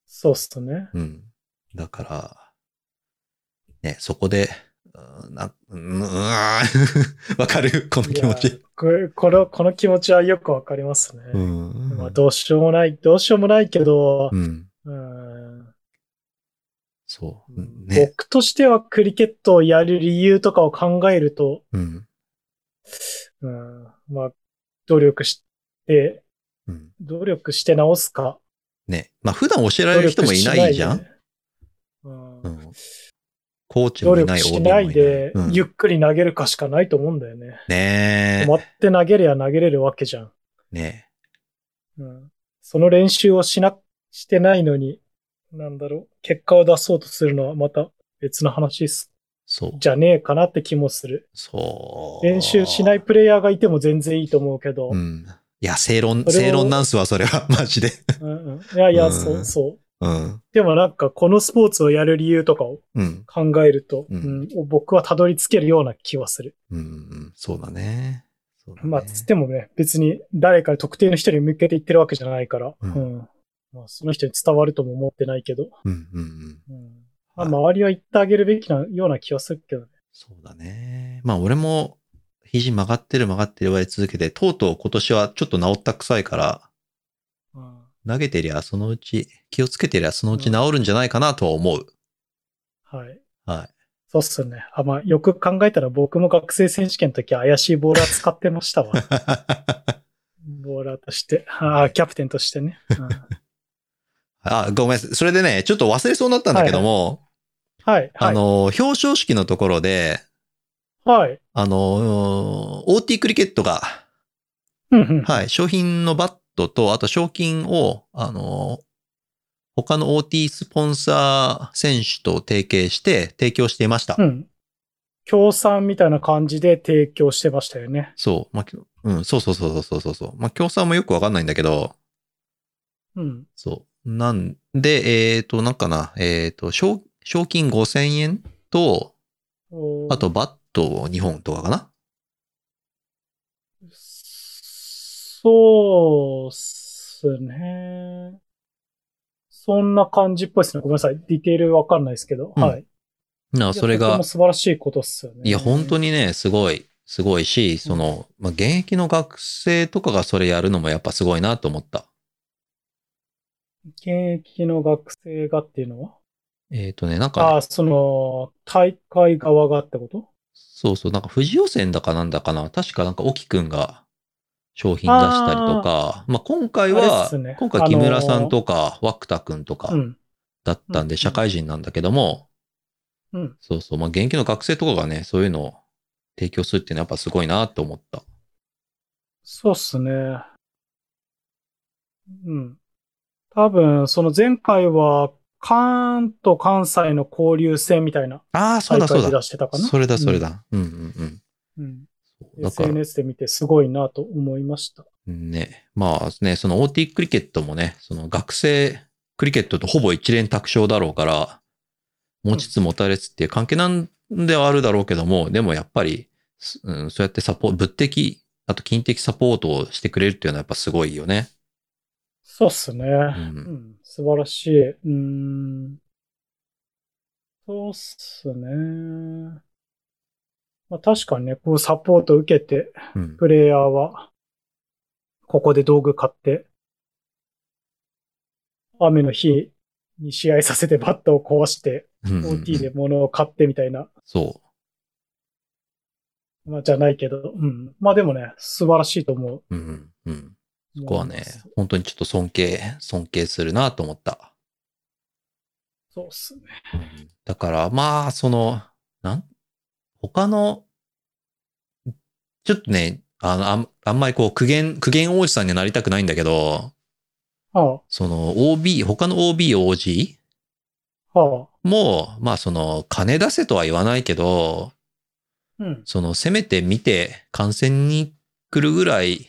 Speaker 2: そうっすね。
Speaker 1: うん。だから、ね、そこで、うんな、うん、うわー わかるこの気持
Speaker 2: いや
Speaker 1: ち。
Speaker 2: これ、この、この気持ちはよくわかりますね。
Speaker 1: うん。
Speaker 2: まあどうしようもない、どうしようもないけど、
Speaker 1: うん。
Speaker 2: うん
Speaker 1: そう。ね。
Speaker 2: 僕としてはクリケットをやる理由とかを考えると、
Speaker 1: うん。
Speaker 2: うん、まあ、努力して、
Speaker 1: うん。
Speaker 2: 努力して直すか。
Speaker 1: ね。まあ、普段教えられる人もいないじゃん、
Speaker 2: 努力しないでね。
Speaker 1: う
Speaker 2: うん
Speaker 1: ん。コーチ
Speaker 2: 努
Speaker 1: もいな
Speaker 2: 力
Speaker 1: い、
Speaker 2: し
Speaker 1: OB
Speaker 2: な
Speaker 1: もい
Speaker 2: い
Speaker 1: ない。
Speaker 2: で
Speaker 1: う、ん
Speaker 2: ゆっくり投げるかしかないと思うんだよね。
Speaker 1: ねえ
Speaker 2: 止ま。って投げりゃ投げれるわけじゃん。
Speaker 1: ね
Speaker 2: うん、その練習をしな、してないのに、なんだろう、結果を出そうとするのはまた別の話っす
Speaker 1: そう。
Speaker 2: じゃねえかなって気もする。
Speaker 1: そう。
Speaker 2: 練習しないプレイヤーがいても全然いいと思うけど。
Speaker 1: うん。いや、正論、
Speaker 2: それを
Speaker 1: 正論なんすわ、それは。 マジで。
Speaker 2: うんうんいやいや、
Speaker 1: うん
Speaker 2: そうそう。
Speaker 1: うん。
Speaker 2: でもなんか、このスポーツをやる理由とかを
Speaker 1: うん。
Speaker 2: 考えると、
Speaker 1: う
Speaker 2: うんん僕はたどり着けるような気はする。
Speaker 1: うんうん。そうだね。そうだね
Speaker 2: まあ、つってもね、別に誰か特定の人に向けて言ってるわけじゃないから、
Speaker 1: う
Speaker 2: うんんまあ、その人に伝わるとも思ってないけど、
Speaker 1: うんうんうん。
Speaker 2: うんまあ、周りは言ってあげるべきなような気はするけどね。
Speaker 1: そうだね。まあ、俺も、肘曲がってる曲がってる言われ続けて、とうとう今年はちょっと治った臭いから、
Speaker 2: うん
Speaker 1: 投げてりゃそのうち、気をつけてりゃそのうち治るんじゃないかなとは思う。
Speaker 2: はい。
Speaker 1: はい。
Speaker 2: そうっすね。あまあ、よく考えたら僕も学生選手権の時怪しいボーラー使ってましたわ。ボーラーとして。ああ、キャプテンとしてね。 うん
Speaker 1: あ、ごめんなさい。それでね、ちょっと忘れそうになったんだけども、
Speaker 2: はい、は
Speaker 1: あ
Speaker 2: い。
Speaker 1: の、表彰式のところで、
Speaker 2: はい。
Speaker 1: あの、OT クリケットが、
Speaker 2: うんうん
Speaker 1: はい、商品のバットと、あと賞金を、あの、他の OT スポンサー選手と提携して提供していました。
Speaker 2: うん。協賛みたいな感じで提供してましたよね。
Speaker 1: そう。まあ、きょうん、そうそうそうそうそうそう。まあ、協賛もよくわかんないんだけど、
Speaker 2: うん。
Speaker 1: そう。なんで、えっ、と、なんかな、えっ、と、賞、賞金5000円と、
Speaker 2: おー
Speaker 1: あと、バットを2本とかかな
Speaker 2: そうっすね。そんな感じっぽいですね。ごめんなさい。ディテールわかんないですけど。
Speaker 1: うん
Speaker 2: はい。
Speaker 1: なあ、
Speaker 2: いや
Speaker 1: それ
Speaker 2: とて
Speaker 1: が
Speaker 2: も、素晴らしいことっすよね。
Speaker 1: いや、本当
Speaker 2: に。
Speaker 1: にね、すごい、すごいし、その、まあ、現役の学生とかがそれやるのもやっぱすごいなと思った。
Speaker 2: 現役の学生がっていうのは
Speaker 1: えっ、とね、なんかね、
Speaker 2: ああ、その、大会側がってこと
Speaker 1: そうそう、なんか富士予選だかなんだかな。確かなんか沖くんが商品出したりとか、まあ今回
Speaker 2: あれっ
Speaker 1: は
Speaker 2: すね、
Speaker 1: 今回木村さんとか、ワクタくんとか
Speaker 2: うん。
Speaker 1: だったん
Speaker 2: うん
Speaker 1: で、社会人なんだけども、
Speaker 2: うん。
Speaker 1: そうそう、まあ現役の学生とかがね、そういうのを提供するっていうのはやっぱすごいなと思った。
Speaker 2: そうっすね。うん。多分、その前回は、関と関西の交流戦みたいな
Speaker 1: ああ、そう
Speaker 2: 大
Speaker 1: だそ
Speaker 2: 会
Speaker 1: う
Speaker 2: で
Speaker 1: だ
Speaker 2: 出。してたかな。
Speaker 1: それだそれだ。うんうん
Speaker 2: うん。うん
Speaker 1: うん。だから
Speaker 2: SNS で見てすごいなと思いました。
Speaker 1: ね、まあね、その OT クリケットもね、その学生クリケットとほぼ一連卓勝だろうから、持ちつ持たれつっていう関係なんではあるだろうけども、でもやっぱり、すうん、そうやってサポート、物的、あと金的サポートをしてくれるっていうのはやっぱすごいよね。
Speaker 2: そうっすね。うんん、素晴らしい。うーん。そうっすね。まあ、確かにね、こうサポート受けて、
Speaker 1: うん。
Speaker 2: プレイヤーは、ここで道具買って、雨の日に試合させてバットを壊して、
Speaker 1: うんうん
Speaker 2: OT で物を買ってみたいな、
Speaker 1: そ
Speaker 2: まあ、じゃないけど、うん。まあでもね、素晴らしいと思う。
Speaker 1: う。うんうんうん。そこはね、本当にちょっと尊敬、尊敬するなと思った。
Speaker 2: そうっすね。
Speaker 1: だから、まあ、その、なん他の、ちょっとね、あの、あんあんまりこう、苦言、苦言王子さんにはなりたくないんだけど、
Speaker 2: は
Speaker 1: その OB、他の OB、OG
Speaker 2: あ、はあ、
Speaker 1: も、まあその、金出せとは言わないけど、
Speaker 2: うん。
Speaker 1: その、せめて見て、観戦に来るぐらい、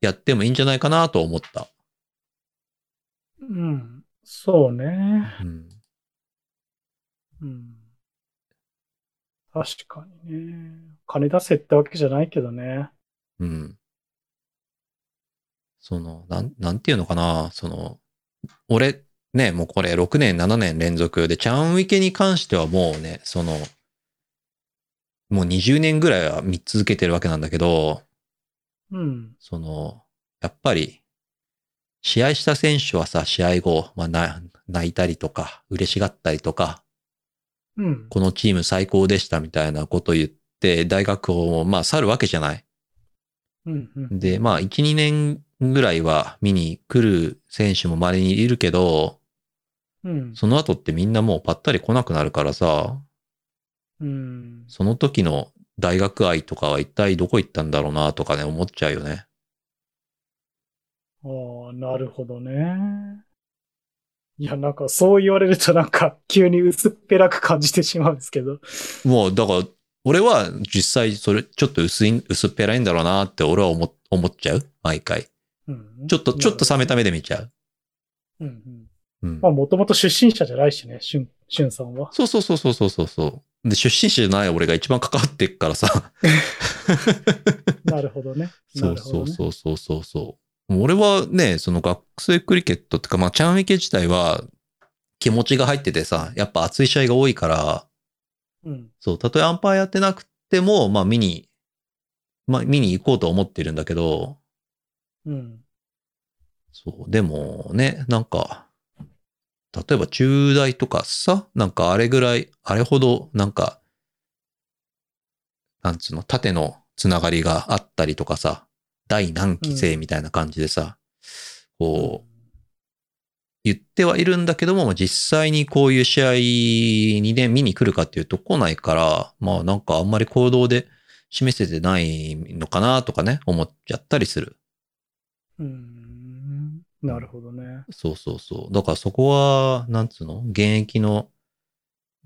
Speaker 1: やってもいいんじゃないかなと思った。
Speaker 2: うん。そうね。
Speaker 1: うん。
Speaker 2: うん。確かにね。金出せってわけじゃないけどね。
Speaker 1: うん。その、なん、なんていうのかな、その、俺、ね、もうこれ6年、7年連続で、チャンウィケに関してはもうね、その、もう20年ぐらいは見続けてるわけなんだけど、
Speaker 2: うん。
Speaker 1: その、やっぱり、試合した選手はさ、試合後、まあ、な泣いたりとか、嬉しがったりとか、
Speaker 2: うん。
Speaker 1: このチーム最高でしたみたいなこと言って、大学を、まあ、去るわけじゃない。
Speaker 2: うん。うん
Speaker 1: で、まあ、1、2年ぐらいは見に来る選手も稀にいるけど、
Speaker 2: うん。
Speaker 1: その後ってみんなもうぱったり来なくなるからさ、
Speaker 2: うん。
Speaker 1: その時の大学愛とかは一体どこ行ったんだろうなとかね、思っちゃうよね。
Speaker 2: ああ、なるほどね。いや、なんかそう言われるとなんか急に薄っぺらく感じてしまうんですけど。
Speaker 1: もう、だから、俺は実際それちょっと薄い、薄っぺらいんだろうなって俺は思っ思っちゃう毎回。
Speaker 2: うん、
Speaker 1: ちょっと、ちょっと冷めた
Speaker 2: 目。
Speaker 1: 目で見ちゃう。
Speaker 2: うんうん、
Speaker 1: うん
Speaker 2: まあ、もともと出身者じゃないしね、しゅん、しゅんさ んは。
Speaker 1: そうそうそうそうそうそうそう。で、出身地じゃない俺が一番関わってっからさ。
Speaker 2: なるほどね。
Speaker 1: そ
Speaker 2: な
Speaker 1: う
Speaker 2: るほ
Speaker 1: そ
Speaker 2: ど
Speaker 1: う
Speaker 2: ね。
Speaker 1: そうそうそうそう。俺はね、その学生クリケットってか、まあ、チャンウィケ自体は気持ちが入っててさ、やっぱ熱い試合が多いから、
Speaker 2: うん。
Speaker 1: そう、たとえアンパイやってなくても、まあ見に、まあ見に行こうと思ってるんだけど、
Speaker 2: うん。
Speaker 1: そう、でもね、なんか、例えば中大とかさ、なんかあれぐらい、あれほど、なんか、なんつうの、縦のつながりがあったりとかさ、第何期生みたいな感じでさ、こう、言ってはいるんだけども、まあ実際にこういう試合にね、見に来るかっていうと来ないから、まあなんかあんまり行動で示せてないのかなとかね、思っちゃったりする。
Speaker 2: うん。なるほどね。
Speaker 1: そうそうそう。だからそこは、なんつうの現役の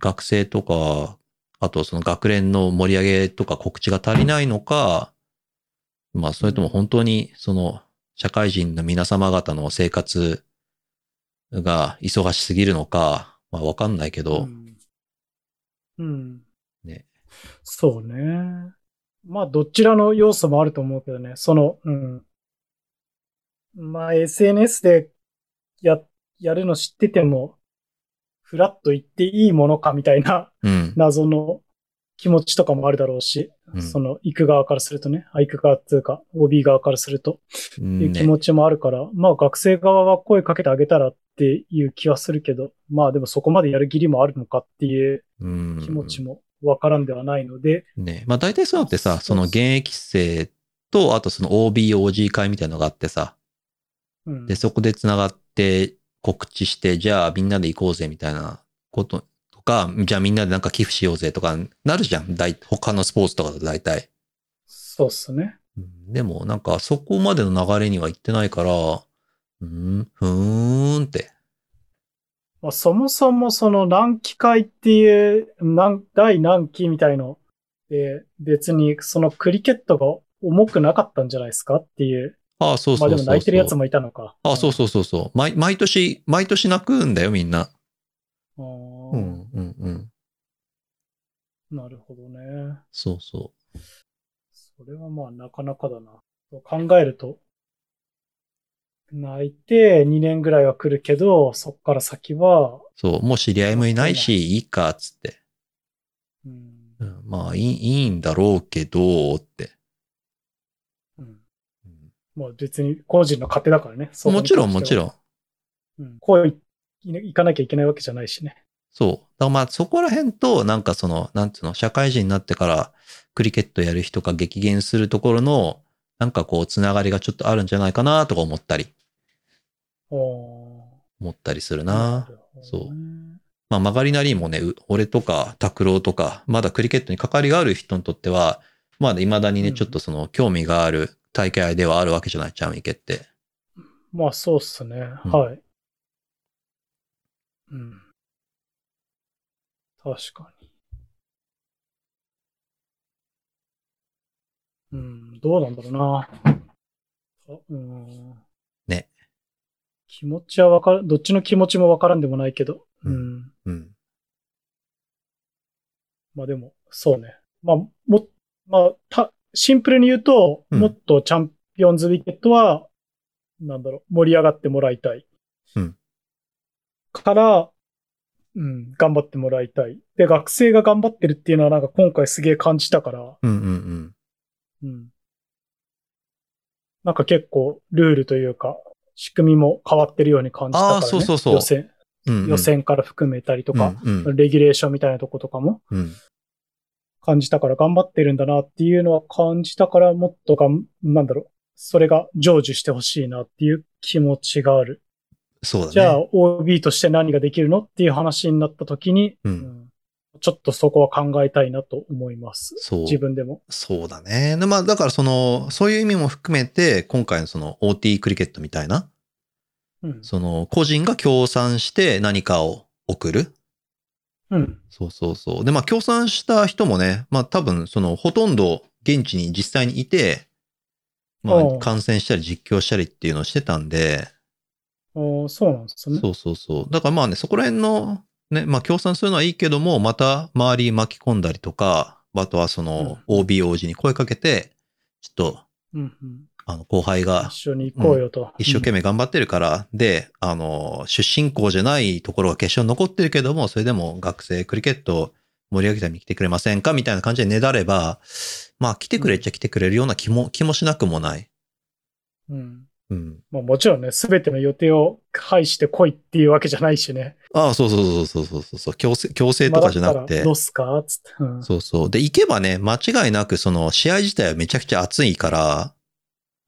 Speaker 1: 学生とか、あとその学連の盛り上げとか告知が足りないのか、まあそれとも本当にその社会人の皆様方の生活が忙しすぎるのか、まあわかんないけど、
Speaker 2: うん。うん。
Speaker 1: ね。
Speaker 2: そうね。まあ、どちらの要素もあると思うけどね。その、うん。まあ、SNS でや、やるの知ってても、フラッと言っていいものかみたいな
Speaker 1: うん。
Speaker 2: 謎の気持ちとかもあるだろうし、
Speaker 1: うん
Speaker 2: その、行く側からするとね、あ行く側っていうか、OB 側からすると、いう気持ちもあるから、まあ学生側は声かけてあげたらっていう気はするけど、まあでもそこまでやる義理もあるのかっていう気
Speaker 1: 気
Speaker 2: 持ちもわからんではないので、
Speaker 1: ねまあ大体そういうのってさ、そ
Speaker 2: そ
Speaker 1: う
Speaker 2: そ
Speaker 1: の
Speaker 2: う
Speaker 1: 現役生と、あとその OB、OG 会みたいなのがあってさ、
Speaker 2: うん
Speaker 1: で、そこで繋がって告知して、じゃあみんなで行こうぜみたいなこととか、じゃあみんなでなんか寄付しようぜとかなるじゃん。大他のスポーツとかだと大体。
Speaker 2: そうっすね。
Speaker 1: うんでもなんかそこまでの流れには行ってないから、うん、ふーんって。
Speaker 2: まあ、そもそもその何期会っていう、何第何期みたいので、別にそのクリケットが重くなかったんじゃないですかっていう。
Speaker 1: ああ、そうそうそうそう。
Speaker 2: まあでも泣いてるやつもいたのか。
Speaker 1: ああ、そうそうそうそう。毎毎年、毎年泣くんだよ、みんな。
Speaker 2: うん。
Speaker 1: う
Speaker 2: あー
Speaker 1: ん、うん、うん。
Speaker 2: なるほどね。
Speaker 1: そうそ
Speaker 2: それはまあなかなかだな。考えると、泣いて2年ぐらいは来るけど、そっから先は、
Speaker 1: う。そう、もう知り合いもいないし、いいか、つって。
Speaker 2: うん、
Speaker 1: うんまあいい、いいんだろうけど、って。
Speaker 2: うん
Speaker 1: うん
Speaker 2: まあ別に個人の勝手だからね。
Speaker 1: もちろん、もち
Speaker 2: ん。
Speaker 1: ろん。
Speaker 2: うん、こうい行かなきゃいけないわけじゃないしね。
Speaker 1: そう。だからまあ、そこら辺と、なんかその、なんつうの、社会人になってから、クリケットやる人が激減するところの、なんかこう、つながりがちょっとあるんじゃないかな、とか思ったり、
Speaker 2: おー
Speaker 1: 思ったりするな。
Speaker 2: るほどね
Speaker 1: そうまあ、曲がりなりにもね、う俺とか、拓郎とか、まだクリケットに関わりがある人にとっては、まだ未だに
Speaker 2: う
Speaker 1: ね、
Speaker 2: ん
Speaker 1: ちょっとその、興味がある大会ではあるわけじゃない、ちゃんいけって。
Speaker 2: まあそうっすね。
Speaker 1: うん
Speaker 2: はい。うん。確かに。うん、どうなんだろうな。あうん。
Speaker 1: ね。
Speaker 2: 気持ちはわかる、どっちの気持ちもわからんでもないけど。
Speaker 1: う
Speaker 2: うんん。
Speaker 1: うん。
Speaker 2: まあでも、そうね。まあ、も、まあ、た、シンプルに言うと、
Speaker 1: うん
Speaker 2: もっとチャンピオンズウィケットは、なんだろう、盛り上がってもらいたい。
Speaker 1: うん
Speaker 2: から、うん、頑張ってもらいたい。で、学生が頑張ってるっていうのはなんか今回すげえ感じたから、
Speaker 1: うんうんうん。
Speaker 2: うん。なんか結構ルールというか、仕組みも変わってるように感じたから、ね。
Speaker 1: あーそうそうそう
Speaker 2: 予選、
Speaker 1: うんうん
Speaker 2: 予選から含めたりとか、、
Speaker 1: うんうん
Speaker 2: レギュレーションみたいなとことかも
Speaker 1: うん。
Speaker 2: 感じたから、頑張ってるんだなっていうのは感じたから、もっとがん、なんだろう、それが成就してほしいなっていう気持ちがある。
Speaker 1: そうだね。
Speaker 2: じゃあ、OB として何ができるのっていう話になった時に、
Speaker 1: うん
Speaker 2: うんちょっとそこは考えたいなと思います。
Speaker 1: そう。
Speaker 2: 自分でも。
Speaker 1: そうだね。でまあ、だからその、そういう意味も含めて、今回のその OT クリケットみたいな、
Speaker 2: うん。
Speaker 1: その、個人が協賛して何かを送る。
Speaker 2: うん。
Speaker 1: そうそうそう。で、まあ、協賛した人もね、まあ、多分、その、ほとんど現地に実際にいて、ま
Speaker 2: お
Speaker 1: あ、
Speaker 2: う
Speaker 1: 観戦したり実況したりっていうのをしてたんで、
Speaker 2: おーそうなんですね。
Speaker 1: そうそうそう。だからまあね、そこら辺の、ね、まあ、協賛するのはいいけども、また周り巻き込んだりとか、あとはその、OBOG に声かけて、ちょっと、
Speaker 2: うんうん、
Speaker 1: あの、後輩が
Speaker 2: 一緒に行こうよと。
Speaker 1: 一生懸命頑張ってるから、で、あの、出身校じゃないところが決勝に残ってるけども、それでも学生クリケットを盛り上げるために来てくれませんかみたいな感じでねだれば、まあ来てくれっちゃ来てくれるような気も、気もしなくもない。
Speaker 2: うん。うん
Speaker 1: うん。
Speaker 2: まあ、もちろんね、すべての予定を排して来いっていうわけじゃないしね。
Speaker 1: ああ、そうそうそうそうそうそう、強制、強制とかじゃなく
Speaker 2: まあだったら
Speaker 1: て
Speaker 2: ど。うすかつって。うん
Speaker 1: そうそう。で、行けばね、間違いなくその試合自体はめちゃくちゃ熱いから、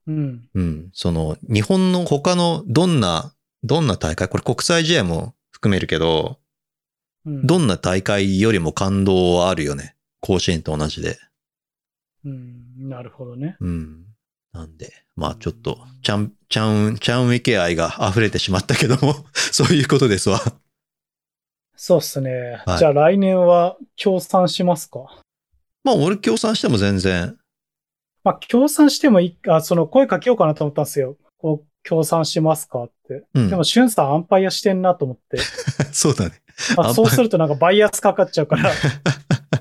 Speaker 2: うん。
Speaker 1: うん。その、日本の他のどんな、どんな大会、これ国際試合も含めるけど、
Speaker 2: うん
Speaker 1: どんな大会よりも感動はあるよね。甲子園と同じで。
Speaker 2: うん、なるほどね。
Speaker 1: うん。なんで、まあちょっと、ちゃん、ちゃん、ちゃんウェケ愛が溢れてしまったけども、 そういうことですわ。
Speaker 2: そうっすね。
Speaker 1: はい
Speaker 2: じゃあ来年は協賛しますか。
Speaker 1: まあ俺協賛しても全然。
Speaker 2: まあ、協賛してもいい、あ、その声かけようかなと思ったんですよ。こう、協賛しますかって。
Speaker 1: うん
Speaker 2: でも、シュンさんアンパイアしてんなと思って。
Speaker 1: そうだね。ア
Speaker 2: ま
Speaker 1: ンパイ
Speaker 2: あ、
Speaker 1: ア
Speaker 2: そうするとなんかバイアスかかっちゃう から、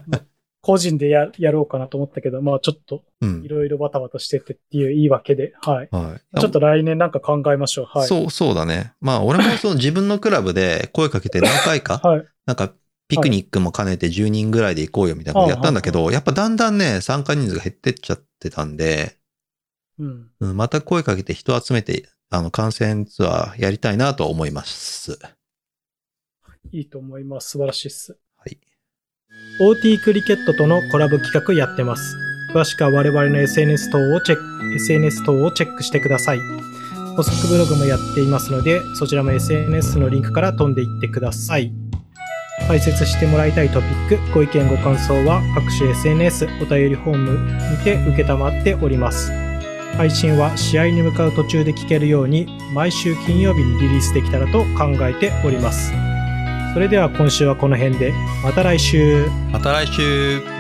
Speaker 2: まあ個人でややろうかなと思ったけど、まあちょっと
Speaker 1: うん
Speaker 2: い。ろいろバタバタしててっていう言い訳で、はい。
Speaker 1: はい。
Speaker 2: ちょっと来年なんか考えましょう。はい。
Speaker 1: そう、そうだね。まあ、俺もその自分のクラブで声かけて何回か、
Speaker 2: はい。
Speaker 1: なんかピクニックも兼ねて10人ぐらいで行こうよみたいなことやったんだけど、やっぱだんだんね、参加人数が減ってっちゃってたんで、
Speaker 2: うん。
Speaker 1: うんまた声かけて人集めて、あの、観戦ツアーやりたいなと思います。
Speaker 2: いいと思います。素晴らしいっす。
Speaker 1: はい。
Speaker 2: OT クリケットとのコラボ企画やってます。詳しくは我々の SNS 等をチェック、SNS 等をチェックしてください。補足ブログもやっていますので、そちらも SNS のリンクから飛んでいってください。解説してもらいたいトピック、ご意見ご感想は各種 SNS お便りフォームにて受けたまっております。配信は試合に向かう途中で聞けるように、毎週金曜日にリリースできたらと考えております。それでは今週はこの辺で、また来週。
Speaker 1: また来週